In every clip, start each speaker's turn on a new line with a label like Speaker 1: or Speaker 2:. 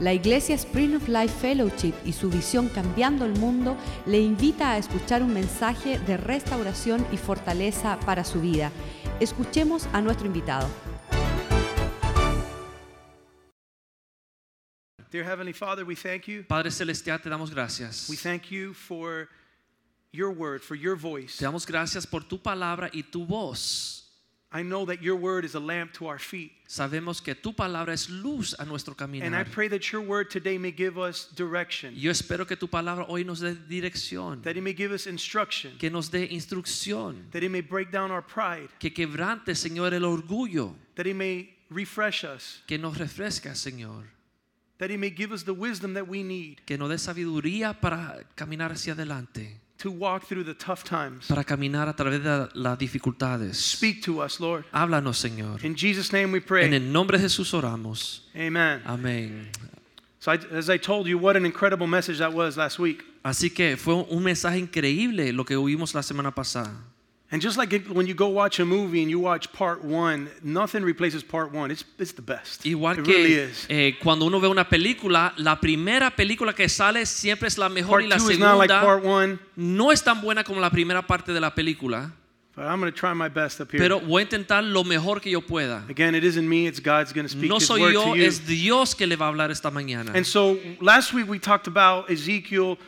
Speaker 1: La Iglesia Spring of Life Fellowship y su visión Cambiando el Mundo le invita a escuchar un mensaje de restauración y fortaleza para su vida. Escuchemos a nuestro invitado.
Speaker 2: Dear Heavenly Father, we thank you.
Speaker 3: Padre Celestial, te damos gracias.
Speaker 2: We thank you for your word, for your voice.
Speaker 3: Te damos gracias por tu palabra y tu voz.
Speaker 2: I know that your word is a lamp to our feet.
Speaker 3: Sabemos que tu palabra es luz a nuestro
Speaker 2: And I
Speaker 3: caminar.
Speaker 2: pray that your word today may give us direction,
Speaker 3: Yo espero que tu palabra hoy nos dé dirección,
Speaker 2: that it may give us instruction,
Speaker 3: que nos dé instrucción,
Speaker 2: that it may break down our pride,
Speaker 3: que quebrante, Señor, el orgullo,
Speaker 2: that it may refresh us,
Speaker 3: que nos refresca, Señor,
Speaker 2: that it may give us the wisdom that we need
Speaker 3: que nos dé sabiduría para caminar hacia adelante,
Speaker 2: to walk through the tough times.
Speaker 3: para caminar a través de las dificultades.
Speaker 2: Speak to us, Lord.
Speaker 3: Háblanos, Señor.
Speaker 2: In Uh, Jesus' name we
Speaker 3: En
Speaker 2: pray.
Speaker 3: el nombre de Jesús oramos.
Speaker 2: Amen.
Speaker 3: Amén.
Speaker 2: So, I, as I told you, what an incredible message that was last week.
Speaker 3: Así que fue un mensaje increíble lo que oímos la semana pasada.
Speaker 2: And just like it, when you go watch a movie and you watch part one, nothing replaces part one. It's, it's the best.
Speaker 3: Igual
Speaker 2: it
Speaker 3: que
Speaker 2: really is.
Speaker 3: eh, cuando uno ve una película, la primera película que sale siempre es la mejor
Speaker 2: Part
Speaker 3: y la
Speaker 2: two is not like
Speaker 3: segunda
Speaker 2: part one,
Speaker 3: no es tan buena como la primera parte de la película,
Speaker 2: but I'm going to try my best up here.
Speaker 3: pero voy a intentar lo mejor que yo pueda.
Speaker 2: Again, it isn't me, it's God's going to speak
Speaker 3: No
Speaker 2: His
Speaker 3: soy
Speaker 2: word
Speaker 3: yo,
Speaker 2: to you.
Speaker 3: es Dios que le va a hablar esta mañana.
Speaker 2: And so last week we talked about Ezekiel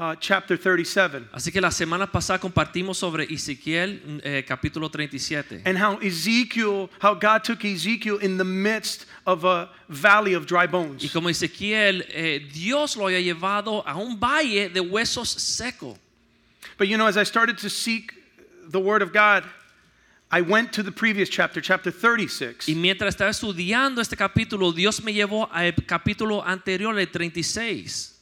Speaker 2: uh, chapter 37
Speaker 3: Así que la semana pasada compartimos sobre Ezequiel eh, capítulo 37.
Speaker 2: and how Ezekiel, how God took Ezekiel in the midst of a valley of dry
Speaker 3: Y
Speaker 2: bones.
Speaker 3: como Ezequiel, eh, Dios lo había llevado a un valle de huesos seco.
Speaker 2: But you know, as I started to seek the word of God, I went to the previous chapter, chapter 36.
Speaker 3: Y mientras estaba estudiando este capítulo, Dios me llevó al capítulo anterior, el 36.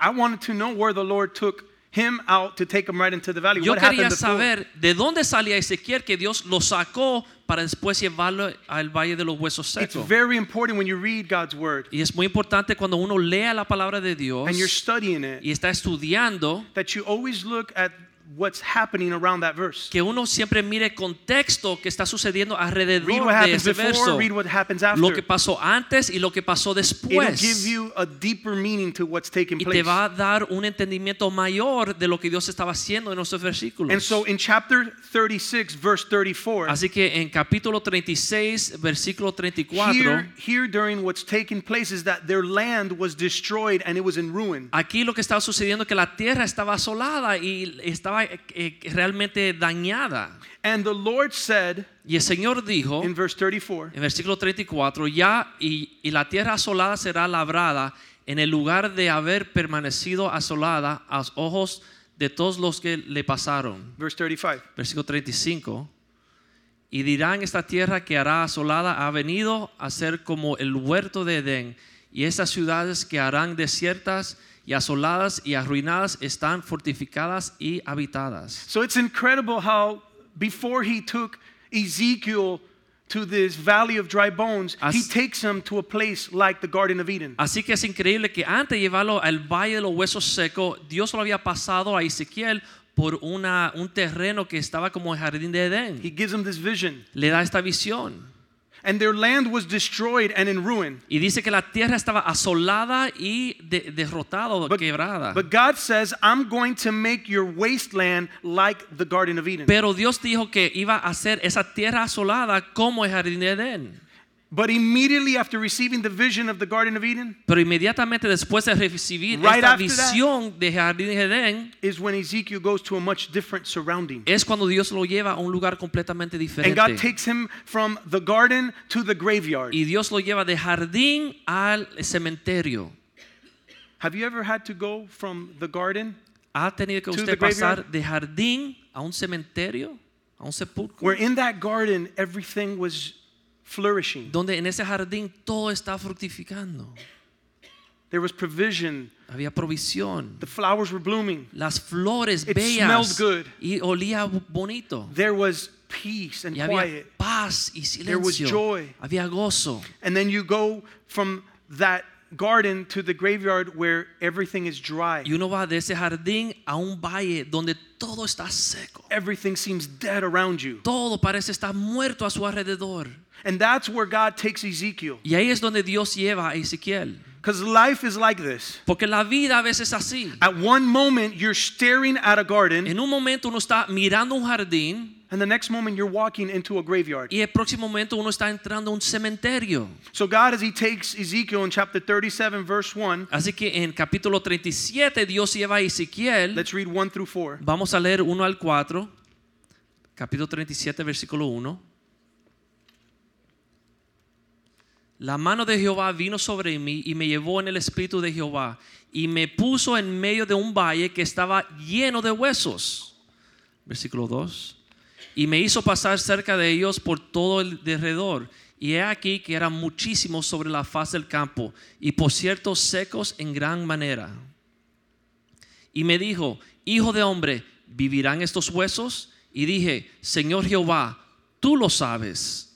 Speaker 2: I wanted to know where the Lord took him out to take him right into the valley.
Speaker 3: Yo
Speaker 2: what
Speaker 3: quería
Speaker 2: happened before?
Speaker 3: saber de dónde salía Ezequiel, que Dios lo sacó para después llevarlo al valle de los huesos
Speaker 2: It's
Speaker 3: secos.
Speaker 2: very important when you read God's word
Speaker 3: Y es muy importante cuando uno lea la palabra de Dios
Speaker 2: and you're studying it
Speaker 3: y está estudiando,
Speaker 2: that you always look at what's happening around that verse.
Speaker 3: que uno siempre mire el contexto que está sucediendo
Speaker 2: Read what
Speaker 3: alrededor de
Speaker 2: happens
Speaker 3: ese
Speaker 2: before,
Speaker 3: verso.
Speaker 2: read what happens after.
Speaker 3: Lo que pasó antes y lo que pasó
Speaker 2: It'll
Speaker 3: después.
Speaker 2: give you a deeper meaning to what's taking
Speaker 3: y te
Speaker 2: place.
Speaker 3: va a dar un entendimiento mayor de lo que Dios estaba haciendo en esos versículos.
Speaker 2: And so in chapter 36, verse 34,
Speaker 3: Así que en capítulo 36, versículo 34,
Speaker 2: here, here during what's taking place is that their land was destroyed and it was in ruin.
Speaker 3: aquí lo que estaba sucediendo es que la tierra estaba asolada y estaba eh, eh, realmente dañada.
Speaker 2: And the Lord said
Speaker 3: Y el Señor dijo
Speaker 2: in
Speaker 3: en
Speaker 2: verse 34,
Speaker 3: versículo 34, ya y, y la tierra asolada será labrada en el lugar de haber permanecido asolada a los ojos de todos los que le pasaron.
Speaker 2: verse 35.
Speaker 3: versículo 35, y dirán esta tierra que hará asolada ha venido a ser como el huerto de Edén, y estas ciudades que harán desiertas y asoladas y arruinadas están fortificadas y habitadas.
Speaker 2: So it's incredible how before he took Ezekiel to this valley of dry bones, he
Speaker 3: As-
Speaker 2: takes him to a place like the Garden of Eden.
Speaker 3: Así que es increíble que antes de llevarlo al valle de los huesos secos, Dios lo había pasado a Ezequiel por una, un terreno que estaba como el jardín de
Speaker 2: He
Speaker 3: Edén.
Speaker 2: gives him this vision.
Speaker 3: Le da esta visión.
Speaker 2: And their land was destroyed and in ruin.
Speaker 3: Y dice que la tierra estaba asolada y de- derrotada, o quebrada.
Speaker 2: But God says, I'm going to make your wasteland like the Garden of Eden.
Speaker 3: Pero Dios dijo que iba a hacer esa tierra asolada como el jardín de Edén.
Speaker 2: But immediately after receiving the vision of the Garden of Eden
Speaker 3: Pero inmediatamente después de recibir
Speaker 2: Right
Speaker 3: esta
Speaker 2: after that-
Speaker 3: visión de jardín de Edén,
Speaker 2: is when Ezekiel goes to a much different surrounding.
Speaker 3: es cuando Dios lo lleva a un lugar completamente
Speaker 2: And God
Speaker 3: diferente.
Speaker 2: takes him from the garden to the graveyard.
Speaker 3: Y Dios lo lleva de jardín al cementerio.
Speaker 2: Have you ever had to go from the garden
Speaker 3: ¿Ha tenido que
Speaker 2: To the
Speaker 3: usted
Speaker 2: graveyard.
Speaker 3: pasar de jardín a un cementerio, a un sepulcro?
Speaker 2: where in that garden everything was flourishing.
Speaker 3: Donde en ese jardín todo está fructificando.
Speaker 2: There was provision.
Speaker 3: Había provisión.
Speaker 2: The flowers were blooming.
Speaker 3: Las flores
Speaker 2: It
Speaker 3: bellas
Speaker 2: smelled good.
Speaker 3: y olía bonito.
Speaker 2: There was peace and
Speaker 3: Y había
Speaker 2: quiet.
Speaker 3: paz y
Speaker 2: There was
Speaker 3: silencio.
Speaker 2: joy.
Speaker 3: Había gozo.
Speaker 2: And then you go from that garden to the graveyard where everything is dry.
Speaker 3: Y uno va de ese jardín a un valle donde todo está seco.
Speaker 2: Everything seems dead around you.
Speaker 3: Todo parece estar muerto a su alrededor.
Speaker 2: And that's where God takes Ezekiel.
Speaker 3: Y ahí es donde Dios lleva a Ezequiel.
Speaker 2: Because life is like this.
Speaker 3: Porque la vida a veces es así.
Speaker 2: At one moment, you're staring at a garden,
Speaker 3: En un momento uno está mirando un jardín
Speaker 2: and the next moment, you're walking into a graveyard.
Speaker 3: y el próximo momento uno está entrando a un cementerio.
Speaker 2: So, God, as He takes Ezekiel in chapter 37, verse 1,
Speaker 3: Así que en capítulo 37 Dios lleva a Ezequiel.
Speaker 2: let's read 1 through 4.
Speaker 3: Vamos a leer 1 al 4. Capítulo 37, versículo 1. La mano de Jehová vino sobre mí y me llevó en el espíritu de Jehová y me puso en medio de un valle que estaba lleno de huesos. Versículo 2. Y me hizo pasar cerca de ellos por todo el derredor. Y he aquí que eran muchísimos sobre la faz del campo y por cierto secos en gran manera. Y me dijo, hijo de hombre, ¿vivirán estos huesos? Y dije, Señor Jehová, tú lo sabes.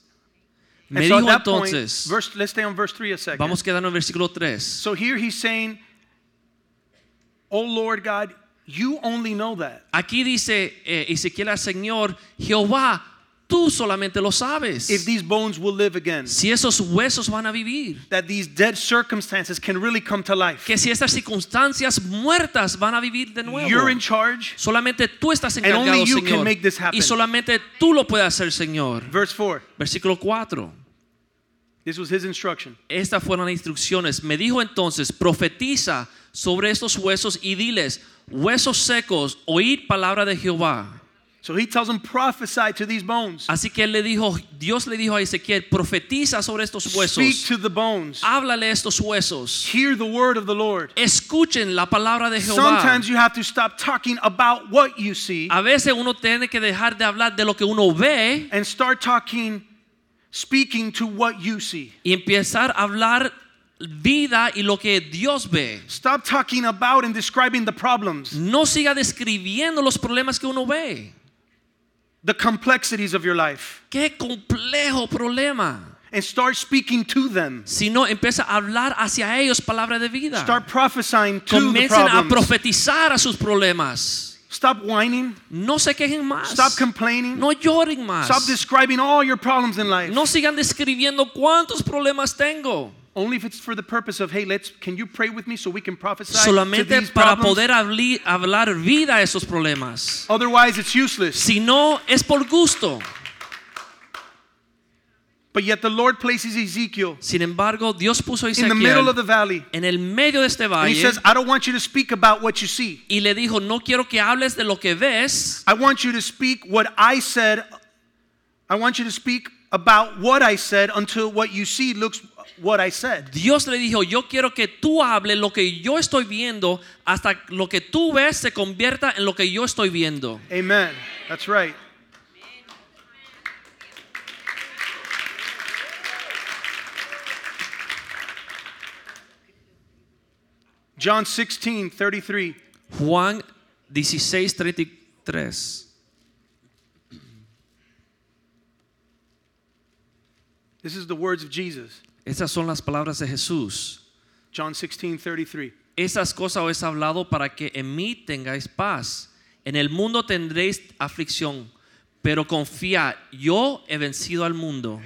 Speaker 2: And
Speaker 3: Me
Speaker 2: so at
Speaker 3: dijo
Speaker 2: that point,
Speaker 3: entonces,
Speaker 2: verse, let's stay on verse 3 a second.
Speaker 3: Vamos quedando en versículo 3.
Speaker 2: So here he's saying, Oh Lord God, you only know that.
Speaker 3: Aquí dice eh, Ezequiel al Señor, Jehová, tú solamente lo
Speaker 2: If
Speaker 3: sabes.
Speaker 2: these bones will live again,
Speaker 3: Si esos huesos van a vivir,
Speaker 2: that these dead circumstances can really come to life.
Speaker 3: que si estas circunstancias muertas van a vivir de
Speaker 2: You're in
Speaker 3: nuevo.
Speaker 2: charge.
Speaker 3: Solamente tú estás
Speaker 2: And only
Speaker 3: encargado,
Speaker 2: you can
Speaker 3: Señor.
Speaker 2: make this happen.
Speaker 3: Y solamente tú lo puedes hacer, Señor.
Speaker 2: Verse 4.
Speaker 3: Versículo 4.
Speaker 2: This was his instruction.
Speaker 3: Estas fueron las instrucciones. Me dijo entonces, profetiza sobre estos huesos y diles, huesos secos, oíd palabra de Jehová.
Speaker 2: So he tells him, prophesy to these bones.
Speaker 3: Así que él le dijo, Dios le dijo a Ezequiel, profetiza sobre estos
Speaker 2: Speak
Speaker 3: huesos.
Speaker 2: to the bones.
Speaker 3: Háblale a estos huesos.
Speaker 2: Hear the word of the Lord.
Speaker 3: Escuchen la palabra de Jehová.
Speaker 2: Sometimes you have to stop talking about what you see
Speaker 3: A veces uno tiene que dejar de hablar de lo que uno ve
Speaker 2: and start talking, speaking to what you see.
Speaker 3: y empezar a hablar vida y lo que Dios ve.
Speaker 2: Stop talking about and describing the problems,
Speaker 3: No siga describiendo los problemas que uno ve.
Speaker 2: the complexities of your life,
Speaker 3: Qué complejo problema.
Speaker 2: and start speaking to them.
Speaker 3: sino empieza a hablar hacia ellos palabra de vida.
Speaker 2: Start prophesying to the
Speaker 3: Comiencen a
Speaker 2: problems.
Speaker 3: profetizar a sus problemas.
Speaker 2: Stop whining.
Speaker 3: No se quejen más.
Speaker 2: Stop complaining.
Speaker 3: Ah, No lloren más.
Speaker 2: Stop describing all your problems in life.
Speaker 3: No sigan describiendo cuántos problemas tengo.
Speaker 2: Only if it's for the purpose of, hey, let's can you pray with me so we can prophesy to
Speaker 3: Solamente
Speaker 2: these
Speaker 3: para
Speaker 2: problems?
Speaker 3: poder habli- hablar vida a esos problemas.
Speaker 2: Otherwise, it's useless.
Speaker 3: Si no, es por gusto.
Speaker 2: But yet the Lord places Ezekiel
Speaker 3: Sin embargo, Dios puso a
Speaker 2: in the middle of
Speaker 3: Ezequiel
Speaker 2: the valley.
Speaker 3: en el medio de este
Speaker 2: And he
Speaker 3: valle
Speaker 2: says, I don't want you to speak about what you see.
Speaker 3: y le dijo, no quiero que hables de lo que ves,
Speaker 2: I want you to speak what I said. I want you to speak about what I said until what you see looks what I said.
Speaker 3: Dios le dijo, yo quiero que tú hables lo que yo estoy viendo hasta lo que tú ves se convierta en lo que yo estoy viendo.
Speaker 2: Amen. That's right. John 16, 33.
Speaker 3: Juan 16:33.
Speaker 2: This is the words of Jesus.
Speaker 3: Esas son las palabras de Jesús.
Speaker 2: John 16, 33.
Speaker 3: Esas cosas os he hablado para que en mí tengáis paz. En el mundo tendréis aflicción, pero confía, yo he vencido al mundo.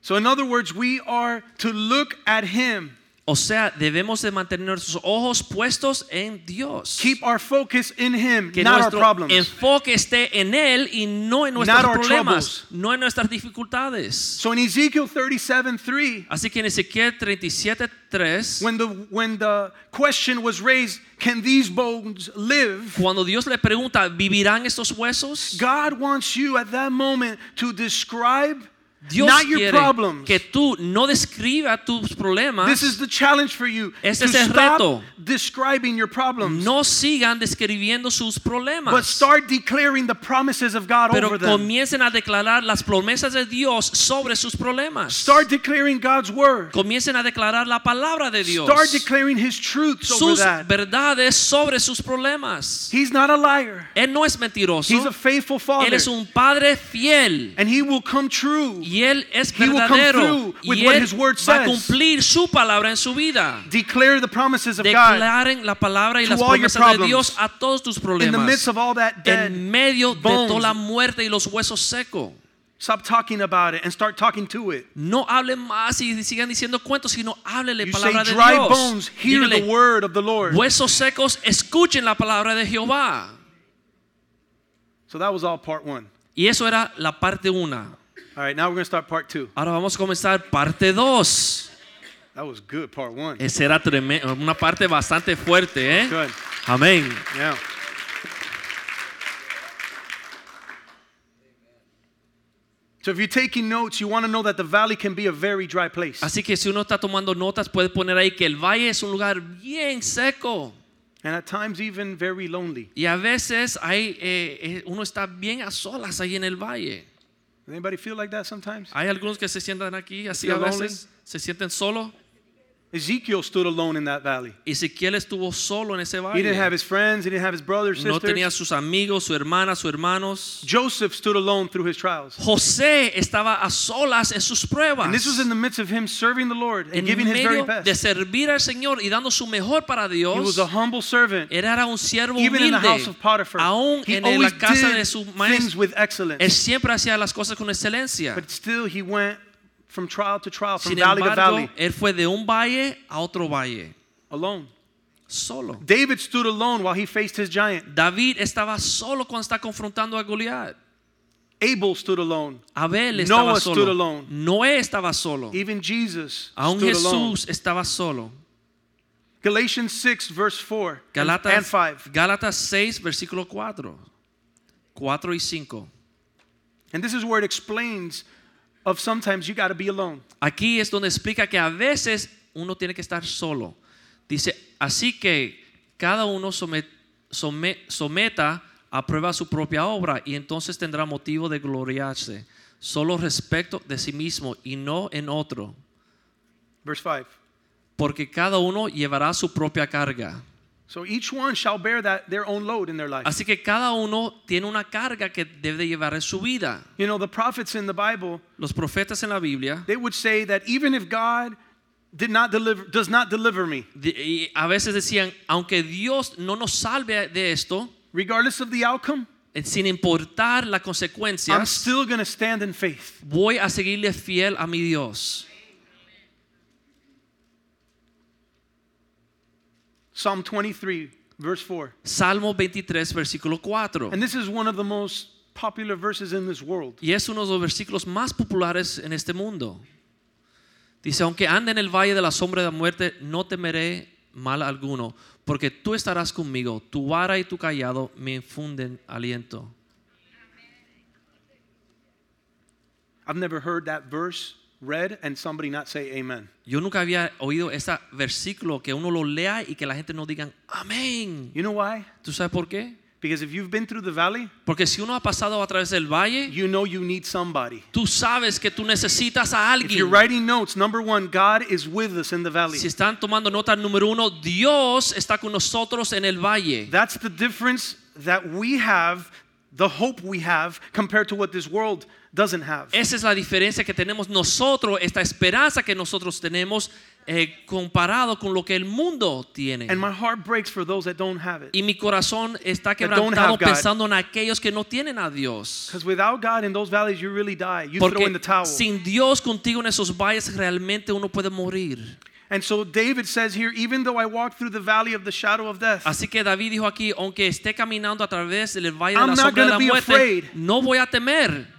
Speaker 2: So, in other words, we are to look at him,
Speaker 3: O sea, debemos de mantener nuestros ojos puestos en Dios.
Speaker 2: keep our focus in him,
Speaker 3: que
Speaker 2: not our
Speaker 3: nuestro
Speaker 2: problems.
Speaker 3: enfoque esté en él y no en nuestros
Speaker 2: Not our
Speaker 3: problemas,
Speaker 2: troubles.
Speaker 3: no en nuestras dificultades.
Speaker 2: So, in Ezekiel 37, 3,
Speaker 3: Así que en Ezequiel 37:3,
Speaker 2: when the, when the question was raised, can these bones live?
Speaker 3: cuando Dios le pregunta, ¿vivirán estos huesos?
Speaker 2: God wants you at that moment to describe
Speaker 3: Dios
Speaker 2: not your
Speaker 3: quiere
Speaker 2: problems.
Speaker 3: que tú no describas tus problemas,
Speaker 2: This is the challenge for you.
Speaker 3: Ese
Speaker 2: to
Speaker 3: es el
Speaker 2: stop
Speaker 3: reto.
Speaker 2: describing your problems,
Speaker 3: no sigan describiendo sus
Speaker 2: but
Speaker 3: problemas,
Speaker 2: start declaring the promises of God over
Speaker 3: pero
Speaker 2: them.
Speaker 3: comiencen a declarar las promesas de Dios sobre sus problemas.
Speaker 2: Start declaring God's word.
Speaker 3: comiencen a declarar la palabra de Dios,
Speaker 2: Start declaring his truths over
Speaker 3: sus
Speaker 2: that.
Speaker 3: verdades sobre sus problemas.
Speaker 2: He's not a liar.
Speaker 3: Él no es mentiroso.
Speaker 2: He's a faithful
Speaker 3: Él
Speaker 2: father.
Speaker 3: es un padre fiel.
Speaker 2: And he will come true.
Speaker 3: Y Él es
Speaker 2: He will come
Speaker 3: verdadero.
Speaker 2: through with
Speaker 3: Y
Speaker 2: what
Speaker 3: Él
Speaker 2: His word
Speaker 3: va a
Speaker 2: says.
Speaker 3: cumplir su palabra en su vida.
Speaker 2: Declare the promises of God
Speaker 3: Declaren la palabra y
Speaker 2: to
Speaker 3: las
Speaker 2: all your
Speaker 3: promesas de
Speaker 2: problems.
Speaker 3: Dios a todos tus
Speaker 2: in the midst
Speaker 3: problemas.
Speaker 2: of all that dead.
Speaker 3: En medio de
Speaker 2: bones.
Speaker 3: toda la muerte y los huesos secos.
Speaker 2: Stop talking about it and start talking to it.
Speaker 3: No hablen más y sigan diciendo cuentos, sino háblele
Speaker 2: You say,
Speaker 3: palabra de
Speaker 2: dry
Speaker 3: Dios.
Speaker 2: bones, hear the
Speaker 3: Dígale,
Speaker 2: word of the Lord.
Speaker 3: huesos secos, escuchen la palabra de Jehová.
Speaker 2: So that was all part one.
Speaker 3: Y eso era la parte 1.
Speaker 2: All right, now we're going to start part two.
Speaker 3: Ahora vamos a comenzar parte 2.
Speaker 2: That was good, part one.
Speaker 3: Esa era treme- una parte bastante fuerte, ¿eh?
Speaker 2: Good.
Speaker 3: Amén.
Speaker 2: Yeah. So if you're taking notes, you want to know that the valley can be a very dry place.
Speaker 3: Así que si uno está tomando notas, puede poner ahí que el valle es un lugar bien seco.
Speaker 2: And at times, even very lonely.
Speaker 3: Y a veces hay, eh, eh, uno está bien a solas ahí en el valle.
Speaker 2: Anybody feel like that sometimes?
Speaker 3: Hay algunos que se sientan aquí, así
Speaker 2: Feel
Speaker 3: a veces se sienten solo.
Speaker 2: Ezekiel stood alone in that valley.
Speaker 3: Ezequiel estuvo solo en ese
Speaker 2: He didn't have
Speaker 3: valle.
Speaker 2: his friends, he didn't have his brothers,
Speaker 3: Oh, No tenía
Speaker 2: sisters.
Speaker 3: sus amigos, su hermana, sus hermanos.
Speaker 2: Joseph stood alone through his trials.
Speaker 3: José estaba a solas en sus pruebas.
Speaker 2: And this was in the midst of him serving the Lord and
Speaker 3: en
Speaker 2: giving his very
Speaker 3: medio de
Speaker 2: best.
Speaker 3: servir al Señor y dando su mejor para
Speaker 2: He was
Speaker 3: Dios.
Speaker 2: a humble servert,
Speaker 3: Él era un siervo
Speaker 2: even in the house
Speaker 3: humilde.
Speaker 2: of Potiphar.
Speaker 3: Aún
Speaker 2: He
Speaker 3: en la
Speaker 2: always
Speaker 3: casa de
Speaker 2: did
Speaker 3: su
Speaker 2: things
Speaker 3: maestro,
Speaker 2: with
Speaker 3: él
Speaker 2: excellence.
Speaker 3: siempre hacía las cosas con excelencia.
Speaker 2: But still, he went from trial to trial, from
Speaker 3: Sin
Speaker 2: valley to
Speaker 3: embargo,
Speaker 2: valley,
Speaker 3: él fue de un valle a otro valle,
Speaker 2: alone.
Speaker 3: solo.
Speaker 2: David stood alone while he faced his giant.
Speaker 3: David estaba solo cuando está confrontando a Goliat.
Speaker 2: Abel stood alone.
Speaker 3: Abel
Speaker 2: Noah
Speaker 3: estaba
Speaker 2: stood
Speaker 3: solo.
Speaker 2: alone.
Speaker 3: Noé estaba solo.
Speaker 2: Even Jesus
Speaker 3: Aún
Speaker 2: stood alone.
Speaker 3: Jesús estaba solo.
Speaker 2: Galatians 6, verse 4 and- and
Speaker 3: Galatas,
Speaker 2: 5.
Speaker 3: Gálatas 6, versículo 4. 4 y 5.
Speaker 2: And this is where it explains of sometimes you got to be alone.
Speaker 3: Aquí es donde explica que a veces uno tiene que estar solo. Dice, así que cada uno somet- some- someta a prueba su propia obra y entonces tendrá motivo de gloriarse solo respecto de sí mismo y no en otro,
Speaker 2: Verse 5.
Speaker 3: porque cada uno llevará su propia carga.
Speaker 2: So each one shall bear that their own load in their life.
Speaker 3: Así que cada uno tiene una carga que debe llevar en su vida.
Speaker 2: You know, the prophets in the Bible,
Speaker 3: Los profetas en la Biblia
Speaker 2: they would say that even if God did not deliver does not deliver me,
Speaker 3: de- y a veces decían, aunque Dios no nos salve de esto,
Speaker 2: regardless of the outcome,
Speaker 3: sin importar las
Speaker 2: I'm
Speaker 3: consecuencias,
Speaker 2: still going to stand in faith.
Speaker 3: voy a seguirle fiel a mi Dios.
Speaker 2: Psalm 23 verse 4.
Speaker 3: Salmo 23, versículo 4.
Speaker 2: And this is one of the most popular verses in this world.
Speaker 3: Y es uno de los versículos más populares en este mundo. Dice, aunque ande en el valle de la sombra de la muerte, no temeré mal alguno, porque tú estarás conmigo, tu vara y tu callado me infunden aliento.
Speaker 2: I've never heard that verse read and somebody not say amen.
Speaker 3: Yo nunca había oído este versículo que uno lo lea y que la gente no diga amén.
Speaker 2: You know why?
Speaker 3: ¿Tú sabes por qué?
Speaker 2: Because if you've been through the valley,
Speaker 3: Porque si uno ha pasado a través del valle,
Speaker 2: you know you need somebody.
Speaker 3: Tú sabes que tú necesitas a
Speaker 2: If you're
Speaker 3: alguien.
Speaker 2: writing notes, number one, God is with us in the valley.
Speaker 3: Si están tomando nota número uno, Dios está con nosotros en el valle.
Speaker 2: That's the difference that we have, the hope we have, compared to what this world doesn't have.
Speaker 3: Esa es la diferencia que tenemos nosotros, esta esperanza que nosotros tenemos eh, comparado con lo que el mundo tiene.
Speaker 2: And my heart breaks for those that don't have it.
Speaker 3: Y mi corazón está
Speaker 2: don't have
Speaker 3: quebrantado
Speaker 2: God.
Speaker 3: pensando en aquellos que no tienen a Dios.
Speaker 2: Because without God in those valleys, you really die. You throw in
Speaker 3: Porque
Speaker 2: the towel.
Speaker 3: sin Dios contigo en esos valles realmente uno puede morir.
Speaker 2: And so David says here, even though I walk through the valley of the shadow of death,
Speaker 3: Así que David dijo aquí, aunque esté caminando a través del valle de
Speaker 2: I'm
Speaker 3: la
Speaker 2: not
Speaker 3: sombra de la
Speaker 2: gonna be
Speaker 3: muerte,
Speaker 2: afraid.
Speaker 3: no voy a temer.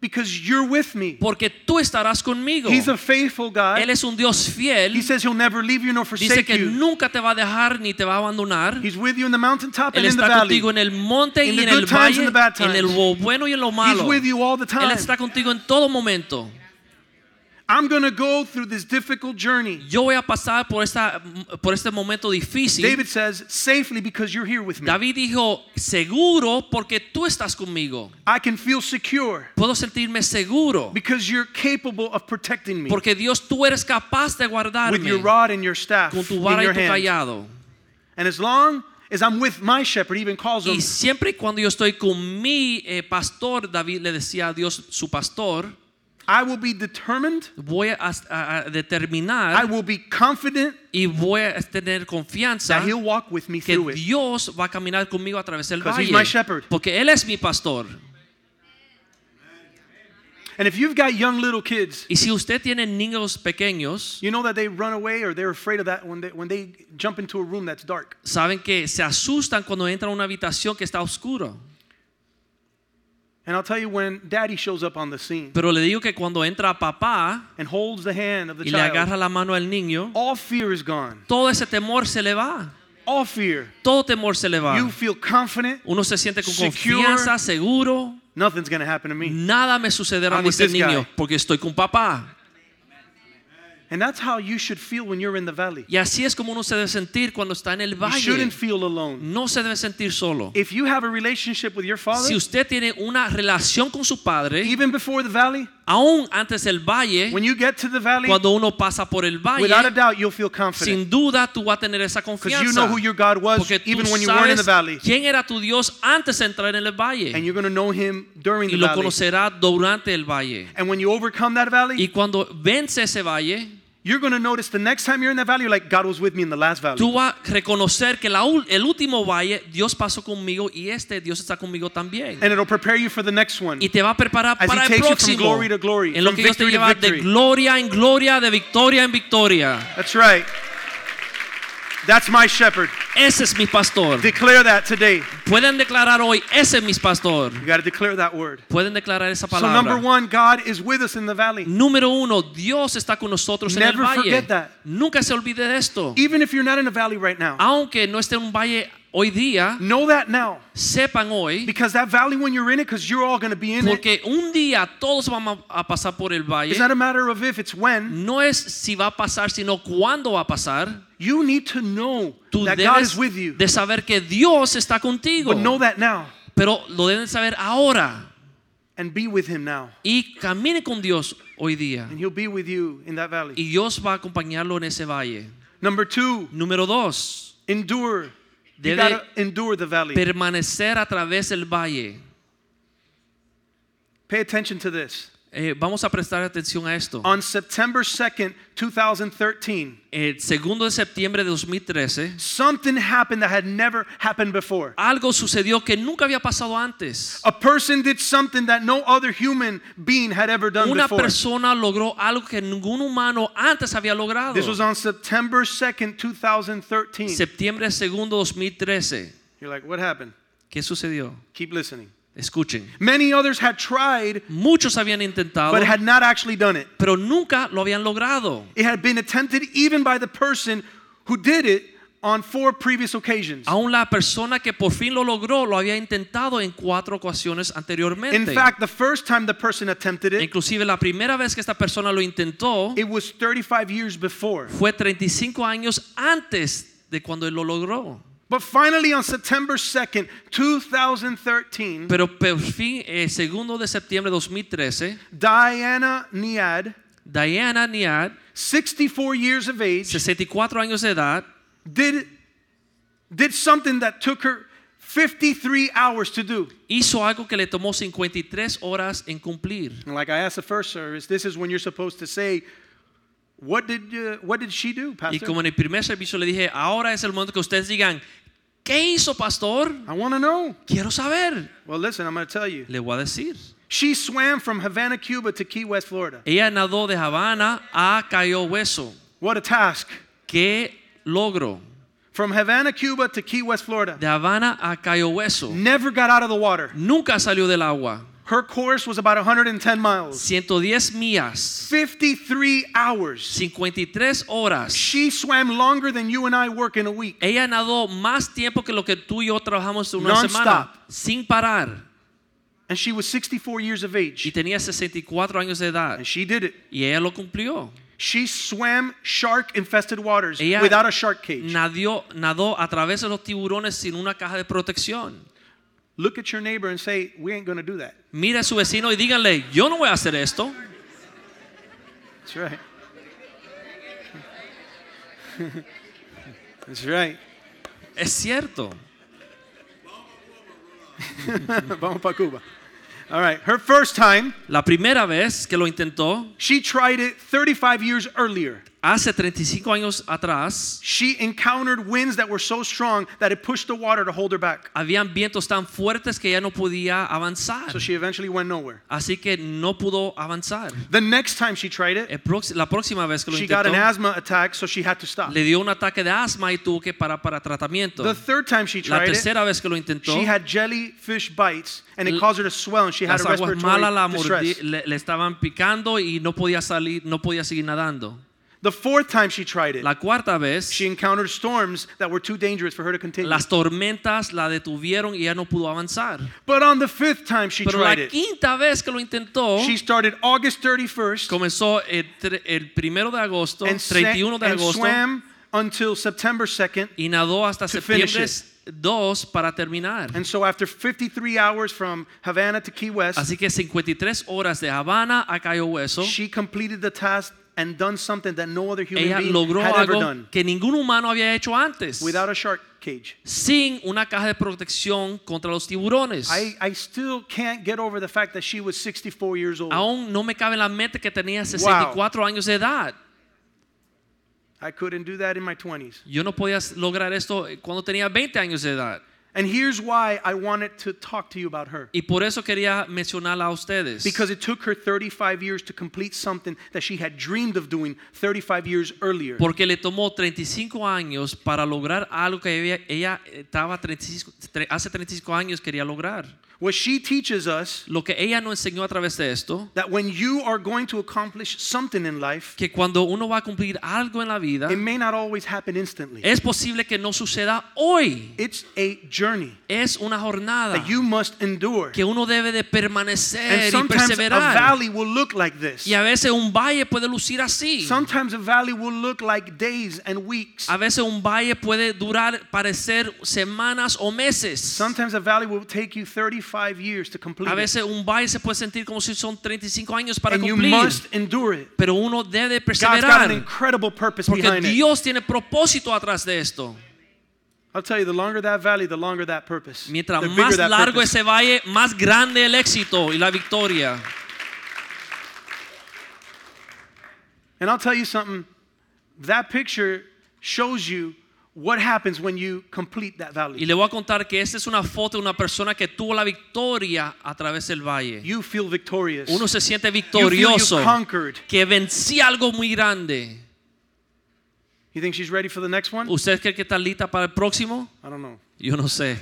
Speaker 2: because you're with me.
Speaker 3: porque tú estarás conmigo.
Speaker 2: He's a faithful
Speaker 3: Él
Speaker 2: God.
Speaker 3: es un Dios
Speaker 2: He
Speaker 3: fiel.
Speaker 2: says he'll never leave you nor
Speaker 3: Dice
Speaker 2: forsake
Speaker 3: que
Speaker 2: you.
Speaker 3: nunca te va a dejar ni te va a abandonar.
Speaker 2: He's with you in the mountaintop
Speaker 3: Él
Speaker 2: and in the
Speaker 3: está
Speaker 2: valley.
Speaker 3: contigo en el monte
Speaker 2: In
Speaker 3: y
Speaker 2: the
Speaker 3: en
Speaker 2: good
Speaker 3: el
Speaker 2: times and
Speaker 3: valle,
Speaker 2: the bad
Speaker 3: en el
Speaker 2: times.
Speaker 3: lo bueno y en lo
Speaker 2: He's
Speaker 3: malo.
Speaker 2: with
Speaker 3: Él
Speaker 2: you all the time.
Speaker 3: está contigo en todo momento.
Speaker 2: I'm going to go through this difficult journey.
Speaker 3: Yo voy a pasar por, esta, por este momento difícil.
Speaker 2: David says, safely because you're here with me.
Speaker 3: David dijo, seguro porque tú estás conmigo.
Speaker 2: I can feel secure
Speaker 3: Puedo sentirme seguro
Speaker 2: because you're capable of protecting me
Speaker 3: porque Dios tú eres capaz de
Speaker 2: with
Speaker 3: guardarme
Speaker 2: your rod and your staff
Speaker 3: con tu
Speaker 2: in
Speaker 3: vara y
Speaker 2: your
Speaker 3: tu
Speaker 2: hand.
Speaker 3: callado.
Speaker 2: And as long as I'm with my shepherd, he even calls him
Speaker 3: Y siempre y cuando yo estoy con mi eh, pastor, David le decía a Dios, su pastor,
Speaker 2: I will be determined,
Speaker 3: voy a, a- a
Speaker 2: I
Speaker 3: determinar
Speaker 2: will be confident
Speaker 3: y voy a tener confianza
Speaker 2: that he'll walk with me
Speaker 3: que
Speaker 2: through it.
Speaker 3: Dios va a caminar conmigo a través del
Speaker 2: 'Cause he's
Speaker 3: valle.
Speaker 2: my shepherd.
Speaker 3: Porque Él es mi pastor.
Speaker 2: And if you've got young little kids,
Speaker 3: Y si usted tiene niños pequeños,
Speaker 2: you know that they run away or they're afraid of that when they, when they jump into a room that's dark.
Speaker 3: saben que se asustan cuando entran a una habitación que está oscura.
Speaker 2: And I'll tell you when daddy shows up on the scene
Speaker 3: Pero le digo que cuando entra papá
Speaker 2: and holds the hand of the
Speaker 3: y le agarra
Speaker 2: child,
Speaker 3: la mano al niño,
Speaker 2: all fear is gone.
Speaker 3: todo ese temor se le va.
Speaker 2: All fear.
Speaker 3: Todo temor se le va.
Speaker 2: You feel confident.
Speaker 3: Uno se siente con
Speaker 2: Secure.
Speaker 3: confianza, seguro.
Speaker 2: Nothing's going to happen to me.
Speaker 3: Nada me sucederá a
Speaker 2: I'm
Speaker 3: mí,
Speaker 2: with
Speaker 3: este
Speaker 2: this guy.
Speaker 3: niño, porque estoy con papá.
Speaker 2: And that's how you should feel when you're in the valley.
Speaker 3: Y así es como uno se debe sentir cuando está en el
Speaker 2: You
Speaker 3: valle.
Speaker 2: shouldn't feel alone.
Speaker 3: No se debe sentir solo.
Speaker 2: If you have a relationship with your
Speaker 3: Si
Speaker 2: father,
Speaker 3: usted tiene una relación con su padre,
Speaker 2: even before the valley,
Speaker 3: aún antes del valle,
Speaker 2: when you get to the valley,
Speaker 3: cuando uno pasa por el valle,
Speaker 2: without a doubt, you'll feel confident
Speaker 3: sin duda tú vas a tener esa
Speaker 2: because you know
Speaker 3: confianza.
Speaker 2: who your God was
Speaker 3: Porque tú
Speaker 2: even when you weren't in the
Speaker 3: sabes
Speaker 2: valley,
Speaker 3: quién era tu Dios antes de entrar en el
Speaker 2: and
Speaker 3: valle.
Speaker 2: you're going to know Him during
Speaker 3: Y
Speaker 2: the
Speaker 3: lo
Speaker 2: valley.
Speaker 3: conocerás durante el valle.
Speaker 2: And when you overcome that
Speaker 3: Y
Speaker 2: valley,
Speaker 3: cuando vence ese valle,
Speaker 2: you're going to notice the next time you're in that valley, you're like, God was with me in the last valley.
Speaker 3: tú vas a reconocer que la ul- el último valle Dios pasó conmigo y este Dios está conmigo también.
Speaker 2: And it'll prepare you for the next one.
Speaker 3: Y te va a preparar
Speaker 2: As he
Speaker 3: para el
Speaker 2: takes you from
Speaker 3: próximo.
Speaker 2: glory to glory,
Speaker 3: En lo
Speaker 2: from
Speaker 3: que Dios te
Speaker 2: victory to
Speaker 3: lleva de
Speaker 2: victory.
Speaker 3: gloria en gloria, de victoria en victoria.
Speaker 2: That's right. That's my shepherd.
Speaker 3: Ese es mi pastor.
Speaker 2: Declare that today.
Speaker 3: Pueden declarar hoy, ese es mi pastor.
Speaker 2: You got to declare that word.
Speaker 3: Pueden declarar esa
Speaker 2: So, number
Speaker 3: palabra.
Speaker 2: one, God is with us in the valley.
Speaker 3: Número uno, Dios está con nosotros en el
Speaker 2: Never
Speaker 3: valle.
Speaker 2: forget that.
Speaker 3: Nunca se olvide de esto.
Speaker 2: Even if you're not in a valley right now,
Speaker 3: Aunque no esté en un valle hoy día,
Speaker 2: know that now.
Speaker 3: sepan hoy,
Speaker 2: Because that valley, when you're in it, because you're all going to be in it.
Speaker 3: porque un día todos vamos a pasar por el valle.
Speaker 2: It's not a matter of if, it's when.
Speaker 3: No es si va a pasar, sino cuándo va a pasar.
Speaker 2: You need to know
Speaker 3: Tú
Speaker 2: that God
Speaker 3: debes
Speaker 2: is with you.
Speaker 3: de saber que Dios está contigo.
Speaker 2: But know that now
Speaker 3: Pero lo deben saber ahora.
Speaker 2: and be with Him now.
Speaker 3: Y camine con Dios hoy día.
Speaker 2: And He'll be with you in that valley.
Speaker 3: Y Dios va a acompañarlo en ese valle.
Speaker 2: Number two,
Speaker 3: Número dos,
Speaker 2: endure.
Speaker 3: Debe-
Speaker 2: You got to endure the valley.
Speaker 3: permanecer a través del valle.
Speaker 2: Pay attention to this.
Speaker 3: Eh, vamos a prestar atención a esto.
Speaker 2: On September 2nd, 2013,
Speaker 3: El segundo de septiembre de 2013,
Speaker 2: something happened that had never happened before.
Speaker 3: algo sucedió que nunca había pasado antes.
Speaker 2: A person did something that no other human being had ever done
Speaker 3: Una
Speaker 2: before.
Speaker 3: persona logró algo que ningún humano antes había logrado.
Speaker 2: This was on September 2nd, 2013.
Speaker 3: Septiembre segundo 2013.
Speaker 2: You're like, what happened?
Speaker 3: ¿Qué sucedió?
Speaker 2: Keep listening.
Speaker 3: Escuchen.
Speaker 2: Many others had tried,
Speaker 3: Muchos habían intentado,
Speaker 2: but had not actually done it.
Speaker 3: pero nunca lo habían logrado.
Speaker 2: It had been attempted even by the person who did it on four previous occasions.
Speaker 3: Aún la persona que por fin lo logró lo había intentado en cuatro ocasiones anteriormente.
Speaker 2: In fact, the first time the person attempted it,
Speaker 3: Inclusive la primera vez que esta persona lo intentó
Speaker 2: it was 35 years before.
Speaker 3: fue 35 años antes de cuando él lo logró.
Speaker 2: But finally, on September 2nd, 2013,
Speaker 3: Pero por fin, el segundo de septiembre de 2013,
Speaker 2: Diana Niad,
Speaker 3: Diana Niad,
Speaker 2: 64 years of age,
Speaker 3: 64 años de edad,
Speaker 2: did, did something that took her 53 hours to do.
Speaker 3: hizo algo que le tomó 53 horas en cumplir.
Speaker 2: And like I asked the first service, this is when you're supposed to say, what did, uh, what did she do,
Speaker 3: Y
Speaker 2: Pastor?
Speaker 3: como en el primer servicio le dije, ahora es el momento que ustedes digan, ¿qué hizo pastor?
Speaker 2: I want to know.
Speaker 3: Quiero saber.
Speaker 2: Well, listen, I'm going to tell you.
Speaker 3: Le voy a decir.
Speaker 2: She swam from Havana, Cuba to Key West, Florida.
Speaker 3: Ella nadó de Habana a Cayo Hueso.
Speaker 2: What a task.
Speaker 3: ¿Qué logro?
Speaker 2: From Havana, Cuba to Key West, Florida.
Speaker 3: De Habana a Cayo Hueso.
Speaker 2: Never got out of the water.
Speaker 3: Nunca salió del agua.
Speaker 2: Her course was about 110 miles.
Speaker 3: 110 millas.
Speaker 2: 53 hours.
Speaker 3: 53 horas.
Speaker 2: She swam longer than you and I work in a week.
Speaker 3: Ella nadó más tiempo que lo que tú y yo trabajamos en una
Speaker 2: Non-stop.
Speaker 3: semana. Sin parar.
Speaker 2: And she was 64 years of
Speaker 3: Y
Speaker 2: age.
Speaker 3: tenía 64 años de edad.
Speaker 2: And she did it.
Speaker 3: Y ella lo cumplió.
Speaker 2: She swam shark infested waters
Speaker 3: Ella
Speaker 2: without a shark cage.
Speaker 3: Nadió- nadó a través de los tiburones sin una caja de protección.
Speaker 2: Look at your neighbor and say, We ain't going to do that.
Speaker 3: Mira a su vecino y díganle, yo no voy a hacer esto.
Speaker 2: That's right. That's right.
Speaker 3: Es cierto.
Speaker 2: Vamos pa Cuba. All right. Her first time,
Speaker 3: La primera vez que lo intentó,
Speaker 2: she tried it 35 years earlier.
Speaker 3: Hace 35 años atrás
Speaker 2: she encountered winds that were so strong that it pushed the water to hold her back.
Speaker 3: habían vientos tan fuertes que ella no podía avanzar.
Speaker 2: So she eventually went nowhere.
Speaker 3: Así que no pudo avanzar.
Speaker 2: The next time she tried it,
Speaker 3: El prox- la próxima vez que lo
Speaker 2: she got an
Speaker 3: intentó,
Speaker 2: asthma attack, so she had to stop.
Speaker 3: le dio un ataque de asma y tuvo que parar para tratamiento.
Speaker 2: The third time she
Speaker 3: La
Speaker 2: tried it,
Speaker 3: tercera vez que lo intentó,
Speaker 2: she had jellyfish bites and it
Speaker 3: L-
Speaker 2: caused her to swell and she had
Speaker 3: las
Speaker 2: a
Speaker 3: aguas malas la
Speaker 2: respiratory
Speaker 3: mordí-
Speaker 2: distress.
Speaker 3: le, le estaban picando y no podía salir, no podía seguir nadando.
Speaker 2: The fourth time she tried it,
Speaker 3: La cuarta vez,
Speaker 2: she encountered storms that were too dangerous for her to continue.
Speaker 3: las tormentas la detuvieron y ella no pudo avanzar.
Speaker 2: But on the fifth time she
Speaker 3: Pero la
Speaker 2: tried it,
Speaker 3: quinta vez que lo intentó,
Speaker 2: she started August 31st
Speaker 3: comenzó el, tre- el primero de agosto,
Speaker 2: and, sa-
Speaker 3: 31 de
Speaker 2: and
Speaker 3: agosto,
Speaker 2: swam until September 2nd.
Speaker 3: y nadó hasta
Speaker 2: to finish
Speaker 3: septiembre 2 para terminar.
Speaker 2: And so after 53 hours from Havana to Key West,
Speaker 3: Así que 53 horas de Habana a Cayo Hueso,
Speaker 2: she completed the task and done something that no other human
Speaker 3: ella
Speaker 2: being
Speaker 3: logró
Speaker 2: had ever
Speaker 3: algo
Speaker 2: done
Speaker 3: que ningún humano había hecho antes.
Speaker 2: without a shark cage.
Speaker 3: sin una caja de protección contra los tiburones.
Speaker 2: I, I still can't get over the fact that she was 64 years old.
Speaker 3: Aún no me cabe en la mente que tenía 64 años de edad.
Speaker 2: I couldn't do that in my 20s.
Speaker 3: Yo no podía lograr esto eh, cuando tenía 20 años de edad.
Speaker 2: And here's why I wanted to talk to you about her.
Speaker 3: Y por eso quería mencionarla a ustedes.
Speaker 2: Because it took her 35 years to complete something that she had dreamed of doing 35 years earlier.
Speaker 3: Porque le tomó 35 años para lograr algo que ella, ella eh, estaba 35, tre- hace 35 años quería lograr.
Speaker 2: What she teaches us
Speaker 3: Lo que ella nos enseñó a través de esto,
Speaker 2: that when you are going to accomplish something in life,
Speaker 3: que cuando uno va a cumplir algo en la vida,
Speaker 2: it may not always happen instantly.
Speaker 3: es posible que no suceda hoy.
Speaker 2: It's a journey
Speaker 3: Es una jornada.
Speaker 2: that you must endure.
Speaker 3: que uno debe de
Speaker 2: And
Speaker 3: permanecer y
Speaker 2: sometimes a
Speaker 3: perseverar.
Speaker 2: valley will look like this.
Speaker 3: Y a veces un valle puede lucir así.
Speaker 2: Sometimes a valley will look like days and weeks.
Speaker 3: A veces un valle puede durar, parecer semanas o meses.
Speaker 2: Sometimes a valley will take you 35 years to complete.
Speaker 3: A
Speaker 2: it.
Speaker 3: veces un valle se puede sentir como si son 35 años para
Speaker 2: and you
Speaker 3: cumplir.
Speaker 2: must endure it.
Speaker 3: Pero uno debe
Speaker 2: God's got an
Speaker 3: perseverar.
Speaker 2: incredible purpose
Speaker 3: Porque
Speaker 2: behind it.
Speaker 3: Dios tiene propósito atrás de esto.
Speaker 2: I'll tell you, the longer that valley, the longer that purpose.
Speaker 3: Mientras
Speaker 2: the bigger
Speaker 3: más
Speaker 2: that
Speaker 3: largo
Speaker 2: purpose.
Speaker 3: ese valle, más grande el éxito y la victoria.
Speaker 2: And I'll tell you something. That picture shows you what happens when you complete that
Speaker 3: Y
Speaker 2: valley.
Speaker 3: le voy a contar que esta es una foto de una persona que tuvo la victoria a través del valle.
Speaker 2: You feel victorious.
Speaker 3: Uno se siente
Speaker 2: you feel
Speaker 3: victorioso,
Speaker 2: you conquered.
Speaker 3: que vencí algo muy grande.
Speaker 2: You think she's ready for the next one?
Speaker 3: ¿Usted cree que está lista para el próximo?
Speaker 2: I don't know.
Speaker 3: Yo no sé.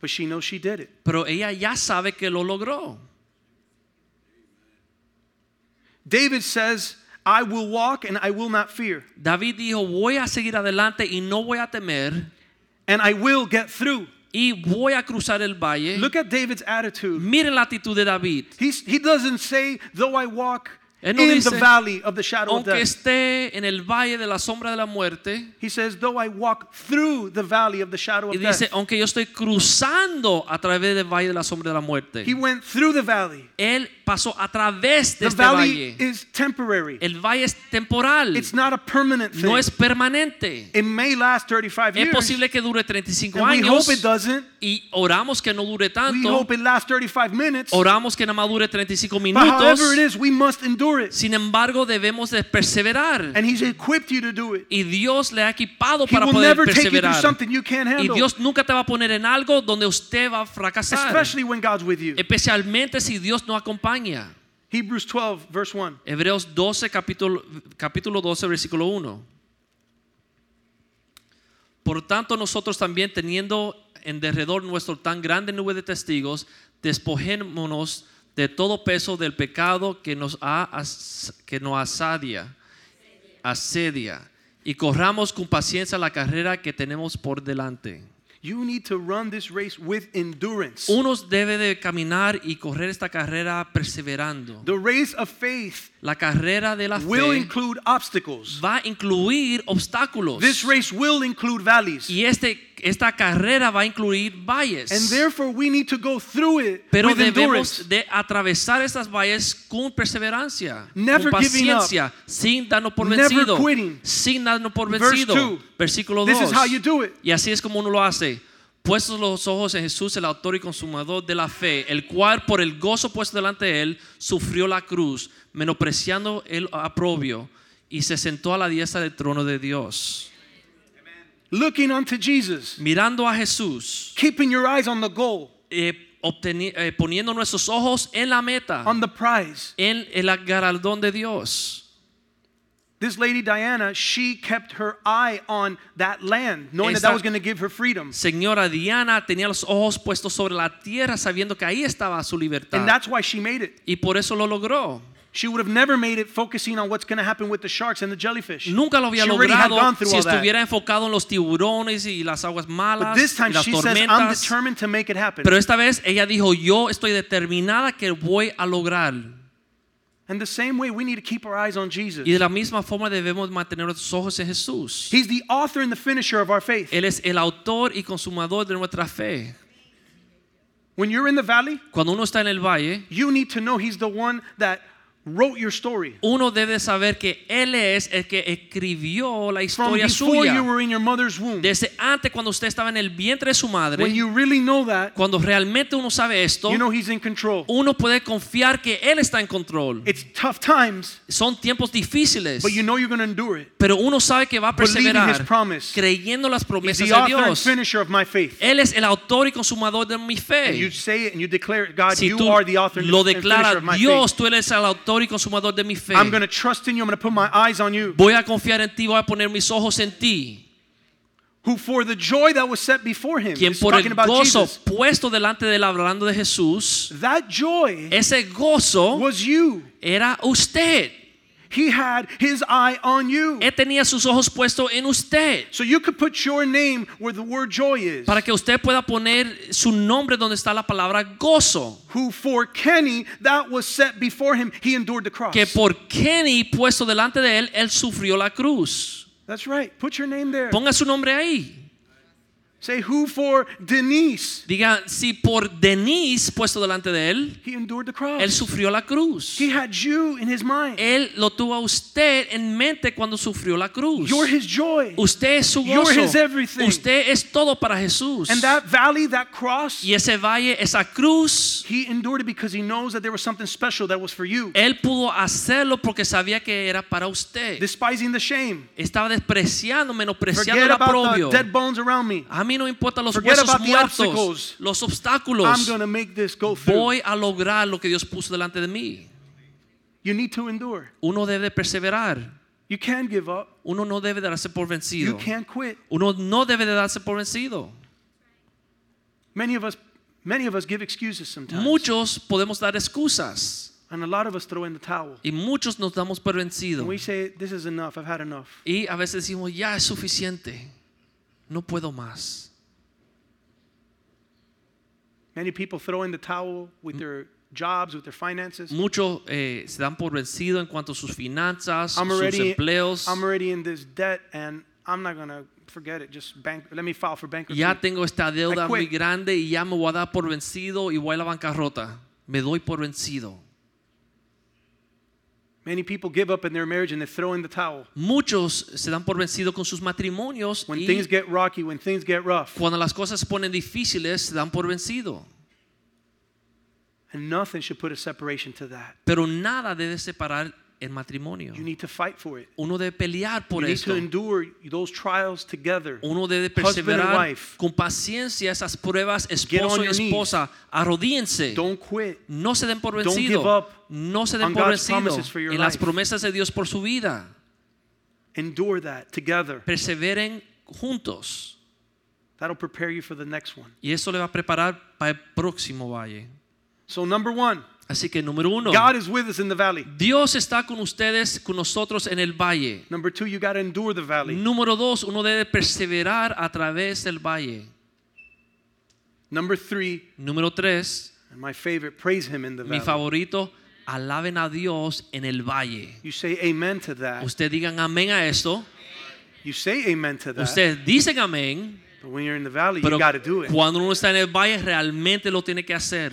Speaker 2: But she knows she did it.
Speaker 3: Pero ella ya sabe que lo logró.
Speaker 2: David says, I will walk and I will not fear,
Speaker 3: David dijo, voy a seguir adelante y no voy a temer
Speaker 2: and I will get through.
Speaker 3: y voy a cruzar el valle.
Speaker 2: Look at David's attitude.
Speaker 3: Miren la actitud de David.
Speaker 2: He's, he doesn't say, though I walk
Speaker 3: Él no
Speaker 2: in
Speaker 3: dice,
Speaker 2: the valley of the shadow of
Speaker 3: Aunque
Speaker 2: death.
Speaker 3: esté en el valle de la sombra de la muerte,
Speaker 2: He says, though I walk through the valley of the shadow
Speaker 3: y
Speaker 2: of
Speaker 3: dice,
Speaker 2: death.
Speaker 3: aunque yo estoy cruzando a través del valle de la sombra de la muerte,
Speaker 2: He went through the valley.
Speaker 3: él pasó a través de
Speaker 2: The
Speaker 3: este
Speaker 2: valley
Speaker 3: valle.
Speaker 2: is temporary.
Speaker 3: El valle es temporal.
Speaker 2: It's not a permanent
Speaker 3: no
Speaker 2: thing.
Speaker 3: es permanente.
Speaker 2: It may last 35
Speaker 3: Es
Speaker 2: years.
Speaker 3: posible que dure 35
Speaker 2: And we hope
Speaker 3: años
Speaker 2: it doesn't.
Speaker 3: y oramos que no dure
Speaker 2: We
Speaker 3: tanto.
Speaker 2: hope it lasts 35 minutes.
Speaker 3: Oramos que nada más dure 35
Speaker 2: But
Speaker 3: minutos.
Speaker 2: however it is, we must endure it.
Speaker 3: Sin embargo, debemos de perseverar.
Speaker 2: And he's equipped you to do it.
Speaker 3: Y Dios le ha equipado
Speaker 2: He
Speaker 3: para
Speaker 2: will
Speaker 3: poder
Speaker 2: never take you through
Speaker 3: perseverar.
Speaker 2: something you can't
Speaker 3: Y
Speaker 2: handle.
Speaker 3: Dios nunca te va a poner en algo donde usted va a fracasar.
Speaker 2: Especially when God's with you.
Speaker 3: Especialmente si Dios no acompaña.
Speaker 2: Hebrews 12, verse 1.
Speaker 3: Hebreos 12, capítulo, capítulo 12, versículo 1. Por tanto, nosotros también, teniendo en derredor nuestro tan grande nube de testigos, despojémonos de todo peso del pecado que nos, ha, as- que nos asadia, asedia, y corramos con paciencia la carrera que tenemos por delante.
Speaker 2: You need to run this race with endurance.
Speaker 3: Uno debe de caminar y correr esta carrera perseverando.
Speaker 2: The race of faith
Speaker 3: La carrera de la
Speaker 2: will
Speaker 3: fe
Speaker 2: include obstacles.
Speaker 3: va a incluir obstáculos.
Speaker 2: This race will include valleys.
Speaker 3: y este, esta carrera va a incluir valles.
Speaker 2: And therefore, we need to go through it
Speaker 3: Pero
Speaker 2: with endurance.
Speaker 3: debemos de atravesar estas valles con perseverancia,
Speaker 2: Never
Speaker 3: con
Speaker 2: giving up.
Speaker 3: paciencia, sin darnos por
Speaker 2: Never
Speaker 3: vencido,
Speaker 2: quitting.
Speaker 3: sin darnos por
Speaker 2: Verse
Speaker 3: vencido.
Speaker 2: two.
Speaker 3: Versículo 2.
Speaker 2: This is how you do it.
Speaker 3: Y así es como uno lo hace. Puestos los ojos en Jesús, el autor y consumador de la fe, el cual por el gozo puesto delante de él sufrió la cruz, menospreciando el aprobio, y se sentó a la diestra del trono de Dios.
Speaker 2: looking unto Jesus,
Speaker 3: Mirando a Jesús,
Speaker 2: keeping your eyes on the goal,
Speaker 3: eh, obteni- eh, poniendo nuestros ojos en la meta,
Speaker 2: on the prize.
Speaker 3: en el galardón de Dios.
Speaker 2: This lady Diana, she kept her eye on that land, knowing that that
Speaker 3: Esa-
Speaker 2: was going to give her freedom.
Speaker 3: Señora Diana tenía los ojos puestos sobre la tierra sabiendo que ahí estaba su
Speaker 2: And
Speaker 3: libertad.
Speaker 2: that's why she made it.
Speaker 3: Y por eso lo logró.
Speaker 2: She would have never made it focusing on what's going to happen with the sharks and the jellyfish.
Speaker 3: Nunca lo había
Speaker 2: she already had
Speaker 3: logrado
Speaker 2: gone through
Speaker 3: si
Speaker 2: all that.
Speaker 3: estuviera enfocado en los tiburones y las aguas
Speaker 2: But
Speaker 3: malas
Speaker 2: this time
Speaker 3: y las
Speaker 2: she says, I'm
Speaker 3: tormentas.
Speaker 2: determined to make it happen.
Speaker 3: Pero esta vez ella dijo, yo estoy determinada que voy a lograr.
Speaker 2: And the same way, we need to keep our eyes on Jesus.
Speaker 3: Y de la misma forma debemos mantener nuestros ojos en Jesús.
Speaker 2: He's the author and the finisher of our faith.
Speaker 3: Él es el autor y consumador de nuestra fe.
Speaker 2: When you're in the valley,
Speaker 3: Cuando uno está en el valle,
Speaker 2: you need to know He's the one that wrote your story.
Speaker 3: uno debe saber que Él es el que escribió la
Speaker 2: From
Speaker 3: historia
Speaker 2: before you
Speaker 3: suya.
Speaker 2: were in your mother's womb.
Speaker 3: Desde antes, cuando usted estaba en el vientre de su
Speaker 2: When
Speaker 3: madre,
Speaker 2: you really know that,
Speaker 3: cuando realmente uno sabe esto,
Speaker 2: you know He's in control.
Speaker 3: uno puede confiar que Él está en control.
Speaker 2: It's tough times,
Speaker 3: Son tiempos difíciles,
Speaker 2: but you know you're going to endure it.
Speaker 3: pero uno sabe que va a
Speaker 2: Believing His
Speaker 3: perseverar
Speaker 2: promise.
Speaker 3: creyendo las
Speaker 2: He's
Speaker 3: promesas
Speaker 2: the
Speaker 3: de
Speaker 2: author and
Speaker 3: Dios.
Speaker 2: finisher of my faith.
Speaker 3: Él es el autor y consumador de mi
Speaker 2: And you
Speaker 3: fe.
Speaker 2: say it and you declare it, God,
Speaker 3: Si
Speaker 2: you
Speaker 3: tú
Speaker 2: are the author and
Speaker 3: lo
Speaker 2: and finisher of
Speaker 3: declaras
Speaker 2: my
Speaker 3: Dios,
Speaker 2: faith.
Speaker 3: tú eres el autor y consumador de mi fe.
Speaker 2: I'm going to trust in you. I'm going to put my eyes on you.
Speaker 3: Voy a confiar en ti, voy a poner mis ojos en ti.
Speaker 2: Who for the joy that was set before him,
Speaker 3: Quien
Speaker 2: He's
Speaker 3: por
Speaker 2: talking
Speaker 3: el
Speaker 2: about
Speaker 3: gozo
Speaker 2: Jesus.
Speaker 3: puesto delante de él hablando de Jesús,
Speaker 2: That joy
Speaker 3: ese gozo
Speaker 2: was you.
Speaker 3: era usted.
Speaker 2: He had his eye on you.
Speaker 3: Él tenía sus ojos puestos en usted.
Speaker 2: So you could put your name where the word joy is.
Speaker 3: Para que usted pueda poner su nombre donde está la palabra gozo.
Speaker 2: Who for Kenny, that was set before him. He endured the cross.
Speaker 3: Que por Kenny puesto delante de él, él sufrió la cruz.
Speaker 2: That's right. Put your name there.
Speaker 3: Ponga su nombre ahí.
Speaker 2: Say, who for Denise,
Speaker 3: Diga, si por Denise puesto delante de él,
Speaker 2: he endured the cross.
Speaker 3: él sufrió la cruz.
Speaker 2: He had you in his mind.
Speaker 3: Él lo tuvo a usted en mente cuando sufrió la cruz.
Speaker 2: You're his joy.
Speaker 3: Usted es su
Speaker 2: You're
Speaker 3: gozo.
Speaker 2: his everything.
Speaker 3: Usted es todo para Jesús.
Speaker 2: And that valley, that cross,
Speaker 3: y ese valle, esa cruz,
Speaker 2: he endured it because he knows that there was something special that was for you.
Speaker 3: él pudo hacerlo porque sabía que era para usted.
Speaker 2: Despising the shame.
Speaker 3: Estaba Eh. despreciando, menospreciando
Speaker 2: Forget
Speaker 3: el
Speaker 2: about the
Speaker 3: aprobio.
Speaker 2: dead bones around me.
Speaker 3: A mí no me importan los
Speaker 2: Forget
Speaker 3: huesos
Speaker 2: about the
Speaker 3: muertos,
Speaker 2: obstacles.
Speaker 3: los
Speaker 2: I'm
Speaker 3: obstáculos.
Speaker 2: going to make this go through.
Speaker 3: Voy a lograr lo que Dios puso delante de mí.
Speaker 2: You need to endure.
Speaker 3: Uno debe perseverar.
Speaker 2: You can give up.
Speaker 3: Uno no debe de darse por
Speaker 2: You
Speaker 3: vencido.
Speaker 2: can't quit.
Speaker 3: Uno no debe de darse por vencido.
Speaker 2: Many of us, many of us give excuses sometimes,
Speaker 3: Muchos podemos dar excusas
Speaker 2: and a lot of us throw in the towel.
Speaker 3: y muchos nos damos por vencido.
Speaker 2: And we say, "This is enough. I've had enough."
Speaker 3: Y a veces decimos, ya es suficiente, no puedo más.
Speaker 2: Many people throw in the towel
Speaker 3: Mm.
Speaker 2: with their jobs, with their finances.
Speaker 3: Muchos eh, se dan por vencido en cuanto a sus finanzas,
Speaker 2: I'm
Speaker 3: sus
Speaker 2: already,
Speaker 3: empleos.
Speaker 2: I'm already in this debt, and I'm not gonna forget it. Just bank. Let me file for bankruptcy.
Speaker 3: Ya tengo esta deuda
Speaker 2: I
Speaker 3: muy
Speaker 2: quit.
Speaker 3: grande y ya me voy a dar por vencido y voy a la bancarrota. Me doy por vencido.
Speaker 2: Many people give up in their marriage and they throw in the towel.
Speaker 3: Muchos se dan por vencido con sus matrimonios
Speaker 2: When
Speaker 3: y
Speaker 2: things get rocky, when things get rough,
Speaker 3: cuando las cosas se ponen difíciles se dan por vencido.
Speaker 2: and nothing should put a separation to that.
Speaker 3: Pero nada debe separar el matrimonio.
Speaker 2: You need to fight for it.
Speaker 3: Uno debe pelear por
Speaker 2: you need
Speaker 3: esto.
Speaker 2: to endure those trials together.
Speaker 3: Uno debe
Speaker 2: Husband and
Speaker 3: perseverar
Speaker 2: wife.
Speaker 3: con paciencia esas pruebas,
Speaker 2: Get on
Speaker 3: esposo y
Speaker 2: your knees.
Speaker 3: esposa. Arrodíense.
Speaker 2: Don't quit.
Speaker 3: No se den por
Speaker 2: Don't give
Speaker 3: vencido.
Speaker 2: up
Speaker 3: No se
Speaker 2: on
Speaker 3: den por
Speaker 2: God's
Speaker 3: vencido
Speaker 2: promises for your
Speaker 3: en las
Speaker 2: life.
Speaker 3: promesas de Dios por su vida.
Speaker 2: Endure that together.
Speaker 3: Perseveren juntos.
Speaker 2: That'll prepare you for the next one.
Speaker 3: Y eso le va a preparar para el próximo valle.
Speaker 2: So number one,
Speaker 3: Así que número uno,
Speaker 2: God is with us in the valley.
Speaker 3: Dios está con ustedes, con nosotros en el valle.
Speaker 2: Number two, you got to endure the valley.
Speaker 3: Número dos, uno debe perseverar a través del valle.
Speaker 2: Number three,
Speaker 3: Número tres,
Speaker 2: and my favorite, praise Him in the
Speaker 3: mi
Speaker 2: valley.
Speaker 3: favorito, alaben a Dios en el valle.
Speaker 2: You say amen to that.
Speaker 3: Usted digan amén a esto.
Speaker 2: You say amen to that.
Speaker 3: Ustedes dicen amén,
Speaker 2: But when you're in the valley, you
Speaker 3: pero
Speaker 2: got to do it.
Speaker 3: cuando uno está en el valle realmente lo tiene que hacer.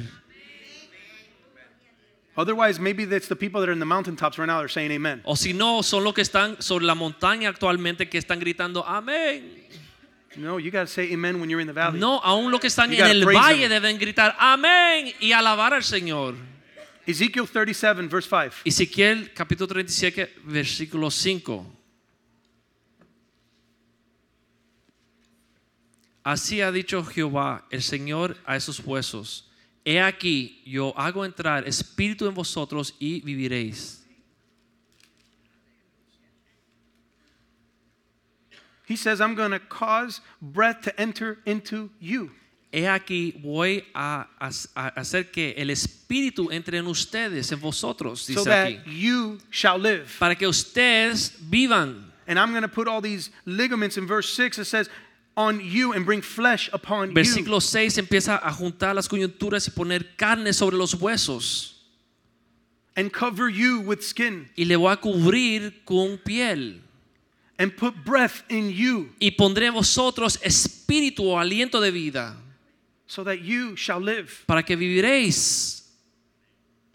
Speaker 2: Otherwise, maybe that's the people that are in the mountaintops right now are saying amen.
Speaker 3: O si no, son los que están sobre la montaña actualmente que están gritando amén.
Speaker 2: No, you got to say amen when you're in the valley.
Speaker 3: No, aún los que están
Speaker 2: You
Speaker 3: en
Speaker 2: gotta
Speaker 3: el
Speaker 2: praise
Speaker 3: valle
Speaker 2: him.
Speaker 3: deben gritar amén y alabar al Señor.
Speaker 2: Ezekiel 37, verse 5.
Speaker 3: Ezequiel capítulo 37, versículo 5. Así ha dicho Jehová, el Señor, a esos huesos. He aquí, yo hago entrar espíritu en vosotros y viviréis.
Speaker 2: He says, I'm going to cause breath to enter into you.
Speaker 3: He aquí, voy a, a- a hacer que el espíritu entre en ustedes, en vosotros,
Speaker 2: so
Speaker 3: dice
Speaker 2: that
Speaker 3: aquí.
Speaker 2: you shall live.
Speaker 3: Para que ustedes vivan.
Speaker 2: And I'm going to put all these ligaments in verse 6. It says, on you and bring flesh upon you.
Speaker 3: Versículo 6 empieza a juntar las coyunturas y poner carne sobre los huesos.
Speaker 2: And cover you with skin.
Speaker 3: Y le voy a cubrir con piel.
Speaker 2: And put breath in you.
Speaker 3: Y pondré en vosotros espíritu o aliento de vida.
Speaker 2: So that you shall live.
Speaker 3: Para que viviréis.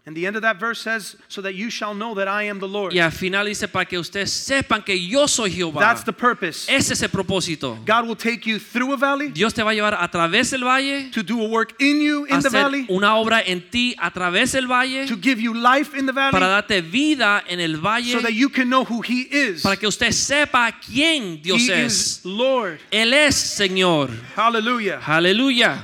Speaker 2: And the end of that verse says, so that you shall know that I am the Lord.
Speaker 3: Y al final dice, para que ustedes sepan que yo soy Jehová.
Speaker 2: That's the purpose.
Speaker 3: Ese es el propósito.
Speaker 2: God will take you through a valley
Speaker 3: Dios te va a llevar a través del valle,
Speaker 2: to do a work in you in the
Speaker 3: hacer
Speaker 2: valley,
Speaker 3: una obra en ti a través del valle,
Speaker 2: to give you life in the
Speaker 3: para
Speaker 2: valley,
Speaker 3: darte vida en el valle,
Speaker 2: so that you can know who He is.
Speaker 3: para que usted sepa quién Dios
Speaker 2: he
Speaker 3: es.
Speaker 2: is Lord.
Speaker 3: Él es Señor.
Speaker 2: Hallelujah.
Speaker 3: Aleluya.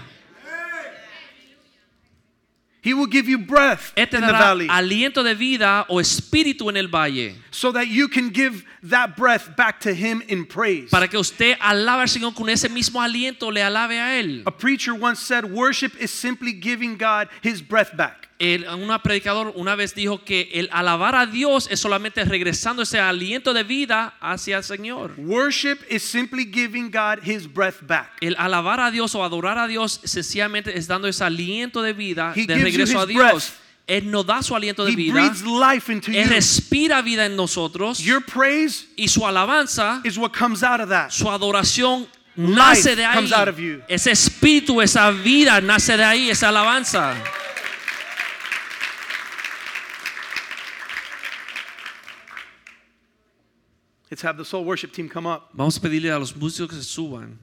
Speaker 2: He will give you breath
Speaker 3: Él te
Speaker 2: in the
Speaker 3: dará
Speaker 2: valley
Speaker 3: aliento de vida o espíritu en el valle,
Speaker 2: so that you can give that breath back to Him in praise.
Speaker 3: para que usted alabe al Señor con ese mismo aliento, le alabe a Él.
Speaker 2: A preacher once said, Worship is simply giving God His breath back.
Speaker 3: El, un predicador una vez dijo que el alabar a Dios es solamente regresando ese aliento de vida hacia el Señor.
Speaker 2: Worship is simply giving God His breath back.
Speaker 3: El alabar a Dios o adorar a Dios sencillamente es dando ese aliento de vida
Speaker 2: He
Speaker 3: de
Speaker 2: gives you
Speaker 3: regreso a
Speaker 2: his
Speaker 3: Dios.
Speaker 2: breath.
Speaker 3: Él nos da su aliento de
Speaker 2: He
Speaker 3: vida.
Speaker 2: breathes life into
Speaker 3: Él
Speaker 2: you.
Speaker 3: respira vida en nosotros.
Speaker 2: Your praise
Speaker 3: y su alabanza,
Speaker 2: is what comes out of that.
Speaker 3: su adoración nace de ahí.
Speaker 2: comes out of you.
Speaker 3: Ese espíritu, esa vida nace de ahí, esa alabanza.
Speaker 2: Let's have the soul worship team come up.
Speaker 3: Vamos a pedirle a los músicos que se suban.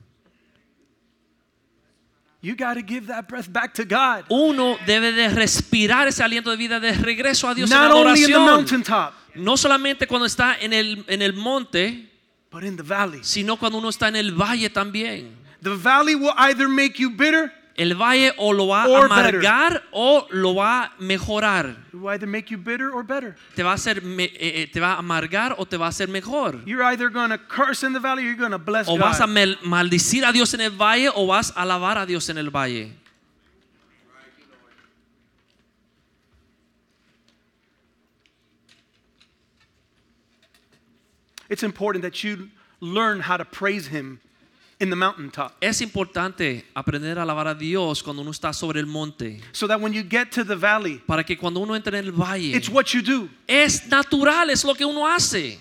Speaker 2: You got to give that breath back to God.
Speaker 3: Uno debe de respirar ese aliento de vida de regreso a Dios
Speaker 2: Not
Speaker 3: en
Speaker 2: only in the
Speaker 3: adoración.
Speaker 2: mountaintop,
Speaker 3: No solamente cuando está en el, en el monte,
Speaker 2: but in the valley.
Speaker 3: sino cuando uno está en el valle también.
Speaker 2: The valley will either make you bitter,
Speaker 3: El valle o lo va a
Speaker 2: Or
Speaker 3: amargar o lo va a mejorar.
Speaker 2: it will either make you bitter or better.
Speaker 3: Te va a hacer me- eh, eh, te va a amargar o te va a hacer mejor.
Speaker 2: You're either going to curse in the valley or you're going to bless
Speaker 3: O vas a
Speaker 2: God.
Speaker 3: mel- maldecir a Dios en el valle o vas a alabar a Dios en el valle.
Speaker 2: It's important that you learn how to praise Him in the mountaintop.
Speaker 3: Es importante aprender a alabar a Dios cuando uno está sobre el monte,
Speaker 2: So that when you get to the valley,
Speaker 3: para que cuando uno entre en el valle,
Speaker 2: it's what you do.
Speaker 3: es natural, es lo que uno hace.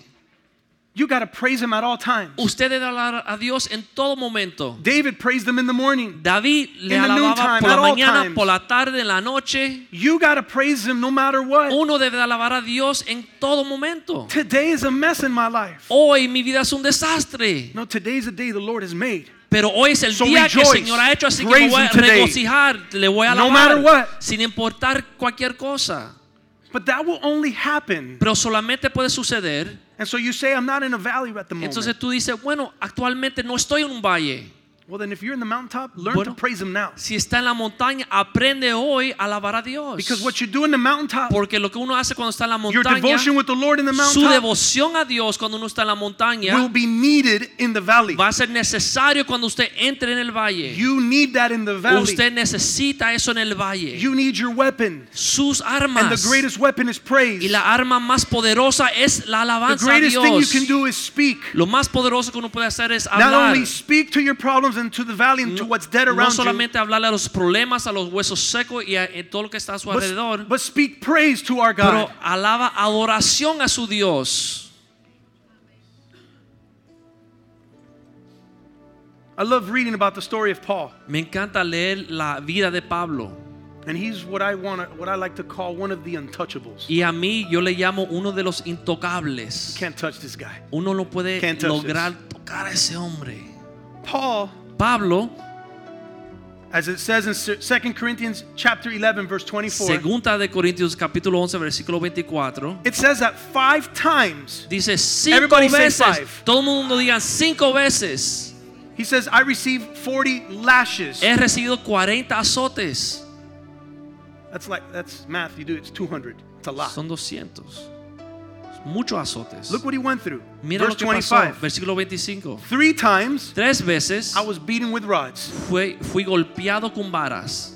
Speaker 2: You got to praise Him at all times.
Speaker 3: Usted debe alabar a Dios en todo momento.
Speaker 2: David praised Him in the morning.
Speaker 3: David le
Speaker 2: In the
Speaker 3: alababa
Speaker 2: noontime,
Speaker 3: por la
Speaker 2: at all
Speaker 3: mañana,
Speaker 2: times.
Speaker 3: por la tarde, en la noche.
Speaker 2: You got to praise Him no matter what.
Speaker 3: Uno debe de alabar a Dios en todo momento.
Speaker 2: Today is a mess in my life.
Speaker 3: Hoy mi vida es un desastre,
Speaker 2: No, today's the day the Lord has made.
Speaker 3: pero hoy es el
Speaker 2: So
Speaker 3: día que el
Speaker 2: rejoice.
Speaker 3: Señor ha hecho, así que
Speaker 2: Praise
Speaker 3: me voy a
Speaker 2: Him today.
Speaker 3: regocijar, le voy a
Speaker 2: No
Speaker 3: alabar,
Speaker 2: matter what.
Speaker 3: sin importar cualquier cosa.
Speaker 2: But that will only happen.
Speaker 3: Pero solamente puede suceder.
Speaker 2: And so you say, I'm not in a valley at the moment.
Speaker 3: Entonces tú dices, bueno, actualmente no estoy en un valle.
Speaker 2: well, then if you're in the mountaintop, learn
Speaker 3: Bueno.
Speaker 2: to praise Him now.
Speaker 3: Si está en la montaña, aprende hoy a alabar a Dios.
Speaker 2: Because what you do in the mountaintop,
Speaker 3: Porque lo que uno hace cuando está en la
Speaker 2: your
Speaker 3: montaña,
Speaker 2: devotion with the Lord in the
Speaker 3: su
Speaker 2: mountaintop
Speaker 3: devoción a Dios cuando uno está en la montaña,
Speaker 2: will be needed in the valley.
Speaker 3: va a ser necesario cuando usted entre en el valle.
Speaker 2: You need that in the valley.
Speaker 3: Usted necesita eso en el valle.
Speaker 2: You need your weapon.
Speaker 3: Sus
Speaker 2: And
Speaker 3: armas.
Speaker 2: the greatest weapon is praise.
Speaker 3: Y la arma más poderosa es la
Speaker 2: the
Speaker 3: alabanza a
Speaker 2: greatest thing you
Speaker 3: Dios.
Speaker 2: can do is speak.
Speaker 3: Lo más poderoso que uno puede hacer es
Speaker 2: Not
Speaker 3: hablar.
Speaker 2: only speak to your problems and to the valley and to what's dead
Speaker 3: No
Speaker 2: around you,
Speaker 3: solamente hablarle a los problemas, a los huesos secos y a, en todo lo que está a su alrededor,
Speaker 2: but, but speak praise to our
Speaker 3: pero
Speaker 2: God.
Speaker 3: alaba adoración a su Dios.
Speaker 2: I love reading about the story of Paul.
Speaker 3: Me encanta leer la vida de Pablo
Speaker 2: And he's what I want what I like to call one of the untouchables. You
Speaker 3: y a mí yo le llamo uno de los intocables.
Speaker 2: can't touch this guy.
Speaker 3: Uno no puede
Speaker 2: Can't touch
Speaker 3: lograr tocar a ese hombre.
Speaker 2: Paul
Speaker 3: Pablo
Speaker 2: As it says in 2 Corinthians chapter 11 verse 24,
Speaker 3: Segunda de Corintios capítulo 11 versículo 24
Speaker 2: it says that five times
Speaker 3: dice cinco
Speaker 2: Everybody say
Speaker 3: veces.
Speaker 2: five.
Speaker 3: Todo el mundo diga cinco veces.
Speaker 2: he says, "I received 40 lashes."
Speaker 3: He recibido 40 azotes.
Speaker 2: That's like that's math. You do it's 200. It's a lot.
Speaker 3: Son 200. Muchos azotes.
Speaker 2: Look what he went through.
Speaker 3: Mira
Speaker 2: verse
Speaker 3: lo que pasó.
Speaker 2: 25.
Speaker 3: Versículo 25.
Speaker 2: Three times
Speaker 3: Tres veces
Speaker 2: I was beaten with rods.
Speaker 3: fue- fui golpeado con varas.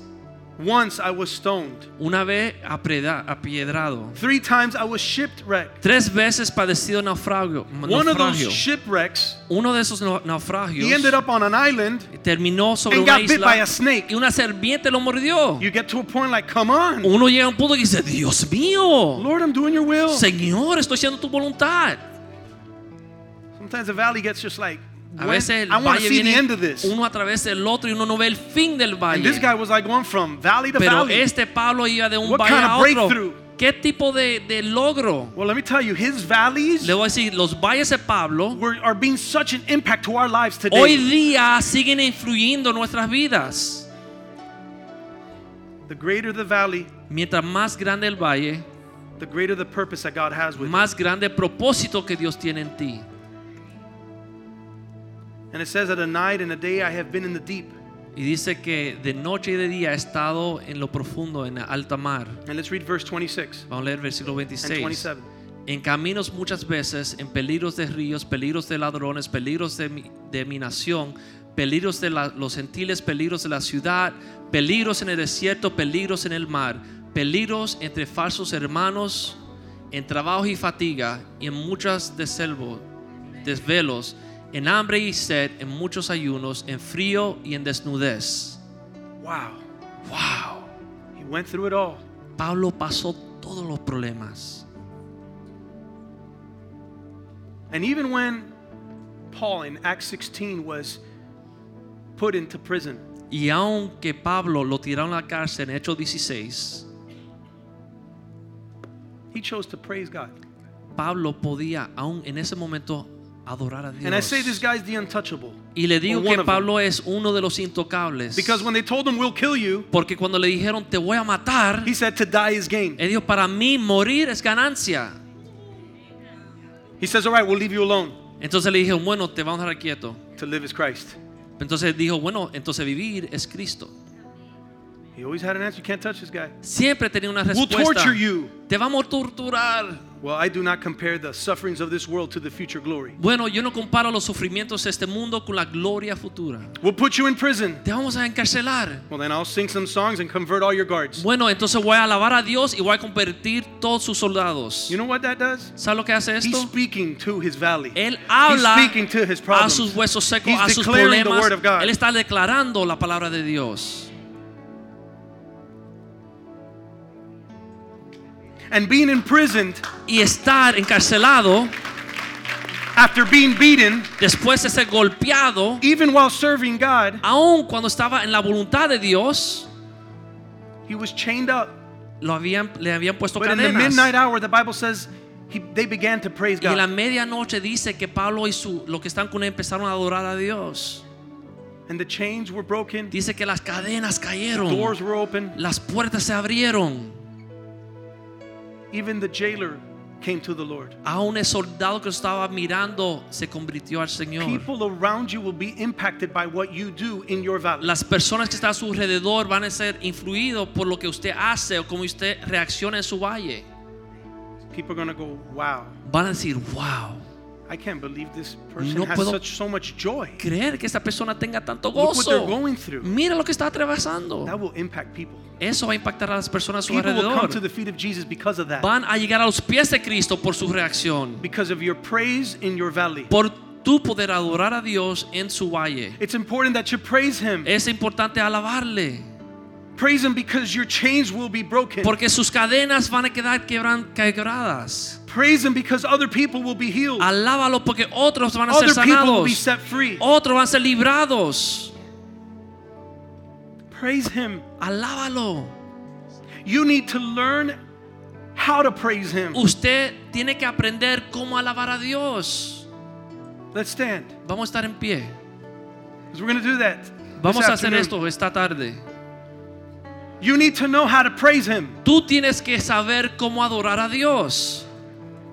Speaker 2: Once I was stoned.
Speaker 3: Una vez apreda- apiedrado.
Speaker 2: Three times I was shipwrecked.
Speaker 3: Tres veces padecido naufragio.
Speaker 2: One of those
Speaker 3: naufragio.
Speaker 2: shipwrecks,
Speaker 3: Uno de esos nau- naufragios
Speaker 2: he ended up on an island.
Speaker 3: terminó sobre
Speaker 2: and
Speaker 3: una
Speaker 2: got bit by
Speaker 3: isla
Speaker 2: a snake.
Speaker 3: y una serpiente lo mordió.
Speaker 2: You get to a point like, come on,
Speaker 3: Uno llega a un punto que dice, Dios mío,
Speaker 2: Lord, I'm doing your will.
Speaker 3: Señor, estoy haciendo tu voluntad.
Speaker 2: Sometimes the valley gets just like,
Speaker 3: A
Speaker 2: when-
Speaker 3: veces el
Speaker 2: I want
Speaker 3: valle
Speaker 2: to see the
Speaker 3: viene
Speaker 2: end of this.
Speaker 3: uno a través del otro y uno no ve el fin del
Speaker 2: And
Speaker 3: valle.
Speaker 2: this guy was like going from valley to
Speaker 3: Pero
Speaker 2: valley.
Speaker 3: este Pablo iba de un
Speaker 2: What
Speaker 3: valle
Speaker 2: kind
Speaker 3: a
Speaker 2: of
Speaker 3: otro.
Speaker 2: breakthrough?
Speaker 3: ¿Qué tipo de, de logro?
Speaker 2: Well, let me tell you, his valleys
Speaker 3: Le voy a decir, los valles de Pablo
Speaker 2: were, are being such an impact to our lives today.
Speaker 3: hoy día siguen influyendo nuestras vidas.
Speaker 2: The greater the valley,
Speaker 3: Mientras más grande el valle,
Speaker 2: the greater the purpose that God has with it.
Speaker 3: más grande el propósito que Dios tiene en ti.
Speaker 2: And it says that a night and a day I have been in the deep.
Speaker 3: Y dice que de noche y de día ha estado en lo profundo, en la alta mar.
Speaker 2: And let's read verse 26
Speaker 3: Vamos a leer versículo
Speaker 2: and
Speaker 3: 26.
Speaker 2: 27.
Speaker 3: En caminos muchas veces, en peligros de ríos, peligros de ladrones, peligros de, mi- de minación, peligros de la- los gentiles, peligros de la ciudad, peligros en el desierto, peligros en el mar, peligros entre falsos hermanos, en trabajo y fatiga, y en muchas deselvo- desvelos, en hambre y sed, en muchos ayunos, en frío y en desnudez.
Speaker 2: Wow.
Speaker 3: ¡Wow!
Speaker 2: He went through it all.
Speaker 3: Pablo pasó todos los problemas.
Speaker 2: And even when Paul in Acts 16 was put into prison,
Speaker 3: Y aunque Pablo lo tiraron a la cárcel en Hechos 16,
Speaker 2: he chose to praise God.
Speaker 3: Pablo podía aún en ese momento adorar a Dios.
Speaker 2: And I say this guy's the untouchable.
Speaker 3: y le digo
Speaker 2: or one
Speaker 3: que
Speaker 2: of them.
Speaker 3: Pablo es uno de los intocables.
Speaker 2: Because when they told him, we'll kill you,
Speaker 3: porque cuando le dijeron te voy a matar,
Speaker 2: he said, to die is gain.
Speaker 3: él dijo para mí morir es ganancia.
Speaker 2: He says, all right, we'll leave you alone.
Speaker 3: Entonces le dije, bueno, te vamos a dejar quieto.
Speaker 2: To live is Christ.
Speaker 3: Entonces dijo, bueno, entonces vivir es Cristo.
Speaker 2: He always had an answer. You can't touch this guy.
Speaker 3: Siempre tenía una
Speaker 2: We'll
Speaker 3: respuesta.
Speaker 2: torture you.
Speaker 3: Te vamos a torturar.
Speaker 2: Well, I do not compare the sufferings of this world to the future glory.
Speaker 3: Bueno, yo no comparo los sufrimientos de este mundo con la gloria futura.
Speaker 2: We'll put you in prison.
Speaker 3: Te vamos a encarcelar.
Speaker 2: Well, then I'll sing some songs and convert all your guards.
Speaker 3: Bueno, entonces voy a alabar a Dios y voy a convertir todos sus soldados.
Speaker 2: You know what that does?
Speaker 3: ¿Sabes lo que hace
Speaker 2: He's
Speaker 3: esto?
Speaker 2: speaking to his valley.
Speaker 3: Él habla
Speaker 2: He's speaking to his
Speaker 3: a
Speaker 2: problems.
Speaker 3: sus huesos secos,
Speaker 2: He's
Speaker 3: a sus
Speaker 2: declaring the
Speaker 3: problemas.
Speaker 2: word of God.
Speaker 3: Él está declarando la palabra de Dios.
Speaker 2: And being imprisoned
Speaker 3: Y estar encarcelado
Speaker 2: after being beaten,
Speaker 3: después de ser golpeado,
Speaker 2: even while serving God,
Speaker 3: aun cuando estaba en la voluntad de Dios,
Speaker 2: he was chained up.
Speaker 3: lo habían, le habían puesto
Speaker 2: But in the midnight
Speaker 3: cadenas.
Speaker 2: hour, the Bible says he, they began to praise
Speaker 3: Y en la
Speaker 2: God.
Speaker 3: medianoche dice que Pablo y su, los que están con él empezaron a adorar a Dios.
Speaker 2: And the chains were broken,
Speaker 3: Dice que las cadenas cayeron,
Speaker 2: doors were open.
Speaker 3: las puertas se abrieron.
Speaker 2: Even the jailer came to the Lord.
Speaker 3: Aún el soldado que estaba mirando se convirtió al Señor.
Speaker 2: People around you will be impacted by what you do in your valley.
Speaker 3: Las personas que están a su alrededor van a ser influidos por lo que usted hace o cómo usted reacciona en su valle.
Speaker 2: People are going to go, wow,
Speaker 3: Van a decir, wow,
Speaker 2: I can't believe this person
Speaker 3: No
Speaker 2: has
Speaker 3: puedo-
Speaker 2: such, so much joy.
Speaker 3: creer que esta persona tenga tanto
Speaker 2: Look what they're
Speaker 3: gozo.
Speaker 2: going through.
Speaker 3: Mira lo que está atravesando.
Speaker 2: That will impact people.
Speaker 3: Eso va a impactar a las personas a su
Speaker 2: People will come to
Speaker 3: alrededor.
Speaker 2: the feet of Jesus because of that.
Speaker 3: Van a llegar a los pies de Cristo por su reacción,
Speaker 2: Because of your praise in your valley.
Speaker 3: por tu poder adorar a Dios en su valle.
Speaker 2: It's important that you praise Him.
Speaker 3: Es importante alabarle,
Speaker 2: Praise Him because your chains will be broken.
Speaker 3: porque sus cadenas van a quedar quebran- quebradas.
Speaker 2: Praise Him because other people will be healed.
Speaker 3: Alábalo porque otros van a ser
Speaker 2: Other people will be
Speaker 3: sanados. Oh.
Speaker 2: set free.
Speaker 3: Otros van a ser librados.
Speaker 2: Praise Him.
Speaker 3: Alábalo.
Speaker 2: You need to learn how to praise Him.
Speaker 3: Usted tiene que aprender cómo alabar a Dios.
Speaker 2: Let's stand.
Speaker 3: Vamos a estar en pie.
Speaker 2: Because we're going to do that.
Speaker 3: Vamos a hacer
Speaker 2: afternoon.
Speaker 3: esto esta tarde.
Speaker 2: You need to know how to praise Him.
Speaker 3: Tú tienes que saber cómo adorar a Dios.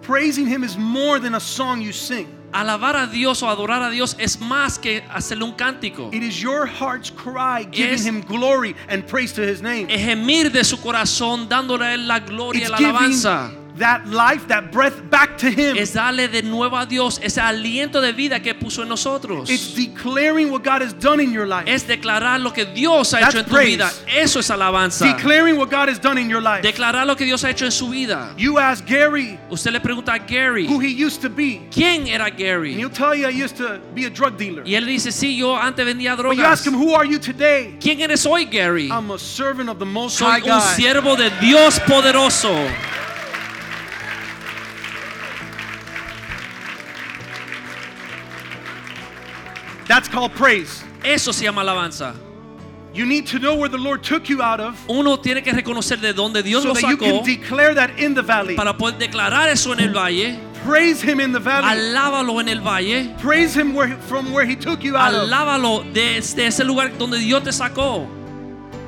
Speaker 2: Praising Him is more than a song you sing,
Speaker 3: Alabar a Dios o adorar a Dios es más que hacerle un cántico.
Speaker 2: it is your heart's cry giving
Speaker 3: Es-
Speaker 2: Him glory and praise to His name.
Speaker 3: Es gemir de su corazón dándole a Él la gloria y
Speaker 2: It's
Speaker 3: la alabanza.
Speaker 2: giving that life, that breath back to Him.
Speaker 3: Es darle de nuevo a Dios ese aliento de vida que puso en nosotros.
Speaker 2: It's declaring what God has done in your life.
Speaker 3: Es declarar lo que Dios ha
Speaker 2: That's
Speaker 3: hecho en tu
Speaker 2: praise.
Speaker 3: vida. Eso es alabanza.
Speaker 2: Declaring what God has done in your life.
Speaker 3: Declarar lo que Dios ha hecho en su vida.
Speaker 2: You ask Gary
Speaker 3: Usted le pregunta a Gary,
Speaker 2: who he used to be,
Speaker 3: ¿quién era
Speaker 2: and
Speaker 3: Gary?
Speaker 2: he'll tell you I used to be a drug dealer.
Speaker 3: Y él dice, sí, yo antes vendía
Speaker 2: But you
Speaker 3: drogas.
Speaker 2: ask him, who are you today?
Speaker 3: ¿Quién eres hoy, Gary?
Speaker 2: I'm a servant of the Most High
Speaker 3: Soy un
Speaker 2: God.
Speaker 3: siervo de Dios poderoso.
Speaker 2: That's called praise.
Speaker 3: Eso se llama alabanza.
Speaker 2: You need to know where the Lord took you out of
Speaker 3: Uno tiene que reconocer de dónde Dios
Speaker 2: so
Speaker 3: lo
Speaker 2: that you
Speaker 3: sacó
Speaker 2: can declare that in the valley.
Speaker 3: para poder declarar eso en el valle.
Speaker 2: Praise him in the valley.
Speaker 3: Alábalo en el valle.
Speaker 2: Praise him where, from where he took you out of.
Speaker 3: Alábalo desde ese lugar donde Dios te sacó.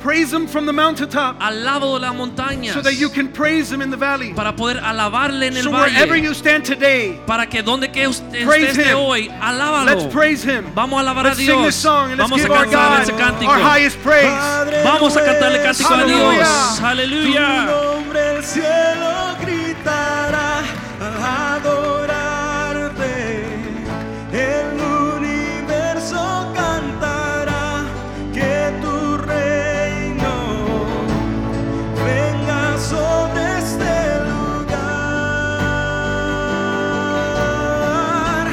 Speaker 2: Praise him from the mountaintop
Speaker 3: Alábalo de la montaña.
Speaker 2: so that you can praise him in the valley.
Speaker 3: para poder alabarle en el
Speaker 2: So wherever
Speaker 3: valle.
Speaker 2: you stand today,
Speaker 3: Para que donde que usted
Speaker 2: Praise
Speaker 3: esté este
Speaker 2: him.
Speaker 3: hoy, alábalo.
Speaker 2: let's praise him.
Speaker 3: Vamos a alabar a
Speaker 2: Let's sing this
Speaker 3: Dios.
Speaker 2: song and let's
Speaker 3: Vamos a
Speaker 2: give our
Speaker 3: cantar
Speaker 2: God
Speaker 3: ese cántico.
Speaker 2: our highest praise.
Speaker 3: Vamos a cantarle cántico a
Speaker 2: Aleluya.
Speaker 3: Dios.
Speaker 4: Tu
Speaker 3: Aleluya.
Speaker 4: nombre el cielo gritará al adorarte. El universo cantará que tu reino venga sobre este lugar.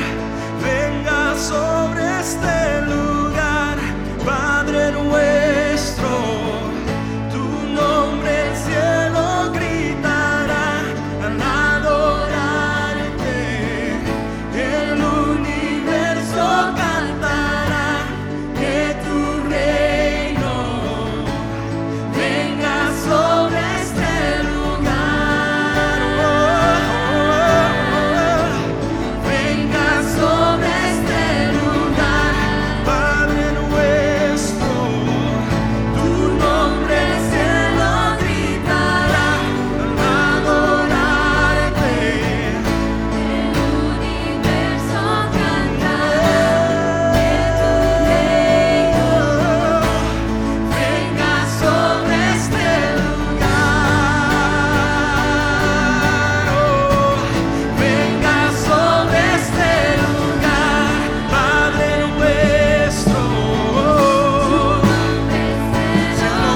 Speaker 4: Venga sobre este lugar, Padre nuestro. Tu nombre el cielo gritará al adorarte. El universo cantará que tu reino venga sobre este lugar. Venga sobre este lugar, Padre nuestro. Tu nombre el cielo gritará al adorarte. El universo cantará de tu reino. Venga sobre este lugar, oh, venga sobre este lugar, Padre nuestro. Se nos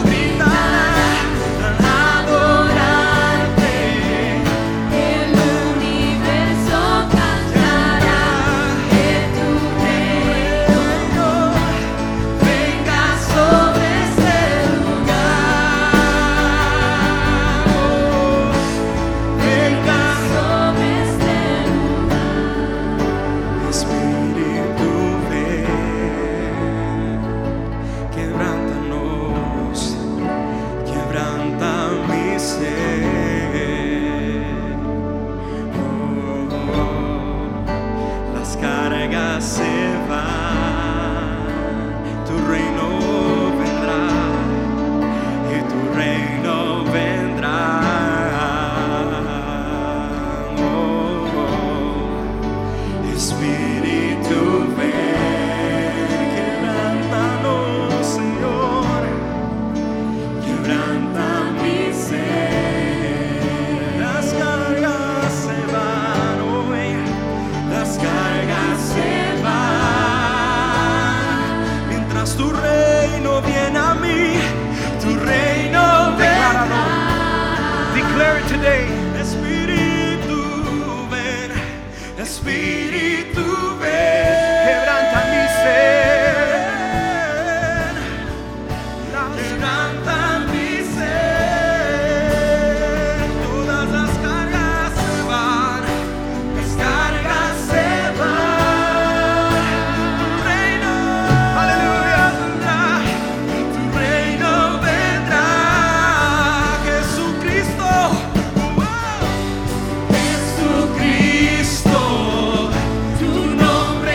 Speaker 4: gritará al adorarte.
Speaker 5: El universo cantará de tu
Speaker 4: Venga sobre este lugar, venga sobre este lugar, Espíritu ven, quebrántanos, quebranta mi ser. Oh, oh, oh las cargas se van, tu reino vendrá y tu reino vendrá. Oh, oh. Espíritu ven, quebrántanos, oh Señor, quebranta mi ser. Las cargas se van hoy las cargas se van. Mientras tu reino viene a mí, tu reino vendrá.
Speaker 2: Declare it today.
Speaker 4: Espíritu ven, Espíritu ven,
Speaker 2: Quebranta mi ser.
Speaker 4: levanta mi ser. Todas las cargas se van, las cargas se van. Tu reino, aleluya, vendrá, tu reino vendrá. Jesucristo, wow. Jesucristo, tu nombre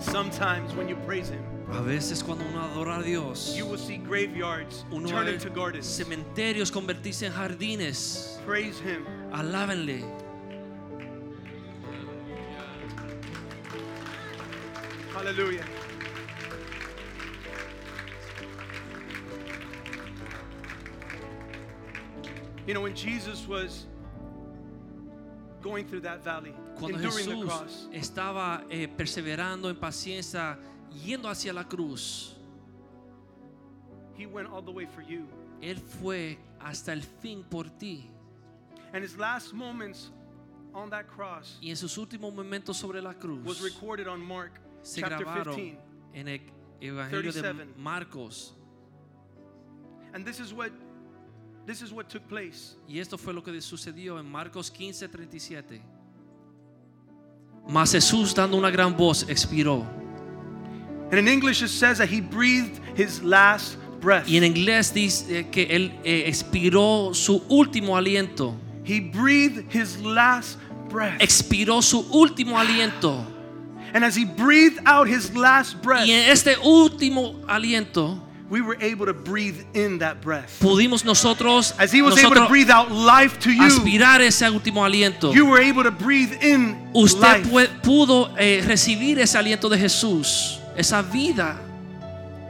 Speaker 2: Sometimes when you praise Him,
Speaker 3: A veces cuando uno adora a Dios,
Speaker 2: you will see graveyards
Speaker 3: uno
Speaker 2: turn
Speaker 3: ve
Speaker 2: into gardens.
Speaker 3: cementerios convertirse en jardines.
Speaker 2: Praise Him.
Speaker 3: Alábenle.
Speaker 2: Hallelujah. You know, when Jesus was going through that valley,
Speaker 3: Cuando
Speaker 2: enduring the
Speaker 3: Jesús
Speaker 2: cross,
Speaker 3: estaba eh, perseverando en paciencia, yendo hacia la cruz,
Speaker 2: He went all the way for you.
Speaker 3: Él fue hasta el fin por ti.
Speaker 2: And His last moments on that cross
Speaker 3: Y en sus últimos momentos sobre la
Speaker 2: was
Speaker 3: cruz
Speaker 2: recorded on Mark
Speaker 3: se
Speaker 2: chapter
Speaker 3: grabaron
Speaker 2: 15.
Speaker 3: en el Evangelio de
Speaker 2: 37.
Speaker 3: Marcos.
Speaker 2: And this is what this is what took place.
Speaker 3: Y esto fue lo que sucedió en Marcos 15, 37. Mas Jesús, dando una gran voz, expiró.
Speaker 2: And in English it says that he breathed his last breath.
Speaker 3: Y en inglés dice eh, que él eh, expiró su último aliento.
Speaker 2: He breathed his last breath.
Speaker 3: Expiró su último aliento.
Speaker 2: And as he breathed out his last breath,
Speaker 3: Y en este último aliento
Speaker 2: we were able to breathe in that breath.
Speaker 3: pudimos nosotros,
Speaker 2: As he was able to
Speaker 3: nosotros
Speaker 2: breathe out life to you,
Speaker 3: aspirar ese último aliento.
Speaker 2: you were able to breathe in
Speaker 3: Usted
Speaker 2: life.
Speaker 3: pue- pudo eh, recibir ese aliento de Jesús, esa vida.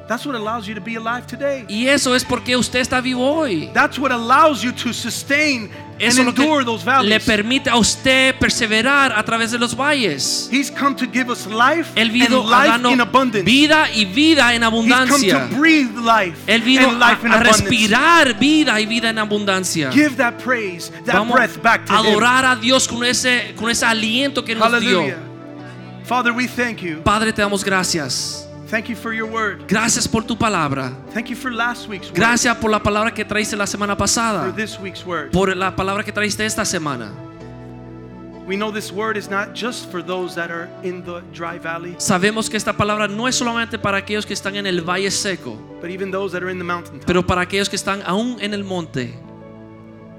Speaker 2: That's what allows you to be alive today.
Speaker 3: Y eso es porque usted está vivo hoy.
Speaker 2: That's what allows you to sustain and
Speaker 3: Eso es lo
Speaker 2: endure those
Speaker 3: que le
Speaker 2: valleys.
Speaker 3: permite a usted perseverar a través de los valles.
Speaker 2: He's come to give us life
Speaker 3: Él
Speaker 2: and
Speaker 3: vino a
Speaker 2: life in
Speaker 3: darnos
Speaker 2: abundance.
Speaker 3: vida y vida en
Speaker 2: He's come
Speaker 3: abundancia.
Speaker 2: to breathe life
Speaker 3: Él vino
Speaker 2: and
Speaker 3: a,
Speaker 2: life in
Speaker 3: a
Speaker 2: abundance.
Speaker 3: respirar vida y vida en abundancia.
Speaker 2: Give that praise, that
Speaker 3: Vamos
Speaker 2: breath back to
Speaker 3: a
Speaker 2: Him.
Speaker 3: adorar a Dios con ese, con ese aliento que nos
Speaker 2: Hallelujah.
Speaker 3: dio.
Speaker 2: Father, we thank you.
Speaker 3: Padre, te damos gracias.
Speaker 2: Thank you for your word.
Speaker 3: Gracias por tu palabra.
Speaker 2: Thank you for last week's word.
Speaker 3: Gracias por la palabra que traíste la semana
Speaker 2: For
Speaker 3: pasada.
Speaker 2: this week's word.
Speaker 3: Por la palabra que traíste esta semana.
Speaker 2: We know this word is not just for those that are in the dry valley,
Speaker 3: Sabemos que esta palabra no es solamente para aquellos que están en el valle seco.
Speaker 2: but even those that are in the mountaintop,
Speaker 3: pero para aquellos que están aún en el monte,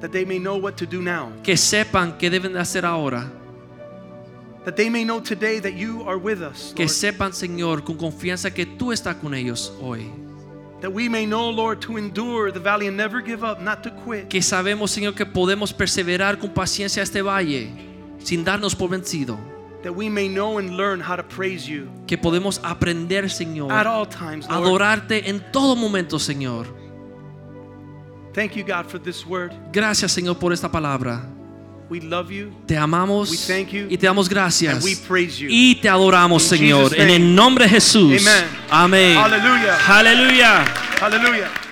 Speaker 2: that they may know what to do now.
Speaker 3: que sepan qué deben de hacer ahora,
Speaker 2: That they may know today that you are with us.
Speaker 3: que
Speaker 2: Lord.
Speaker 3: sepan, Señor, con confianza que tú estás con ellos hoy,
Speaker 2: That we may know, Lord, to endure the valley and never give up, not to quit.
Speaker 3: que sabemos, Señor, que podemos perseverar con paciencia este valle, sin darnos por vencido,
Speaker 2: That we may know and learn how to praise you
Speaker 3: que podemos aprender, Señor,
Speaker 2: at all times, Lord.
Speaker 3: adorarte en todo momento, Señor.
Speaker 2: Thank you, God, for this word.
Speaker 3: Gracias, Señor, por esta palabra.
Speaker 2: We love you.
Speaker 3: Te amamos
Speaker 2: We thank you.
Speaker 3: y te damos gracias.
Speaker 2: And we praise you.
Speaker 3: Y te adoramos,
Speaker 2: In
Speaker 3: Señor,
Speaker 2: Jesus'
Speaker 3: en
Speaker 2: name.
Speaker 3: el nombre de Jesús.
Speaker 2: Amen.
Speaker 3: Amén.
Speaker 2: Hallelujah.
Speaker 3: Aleluya.
Speaker 2: Hallelujah.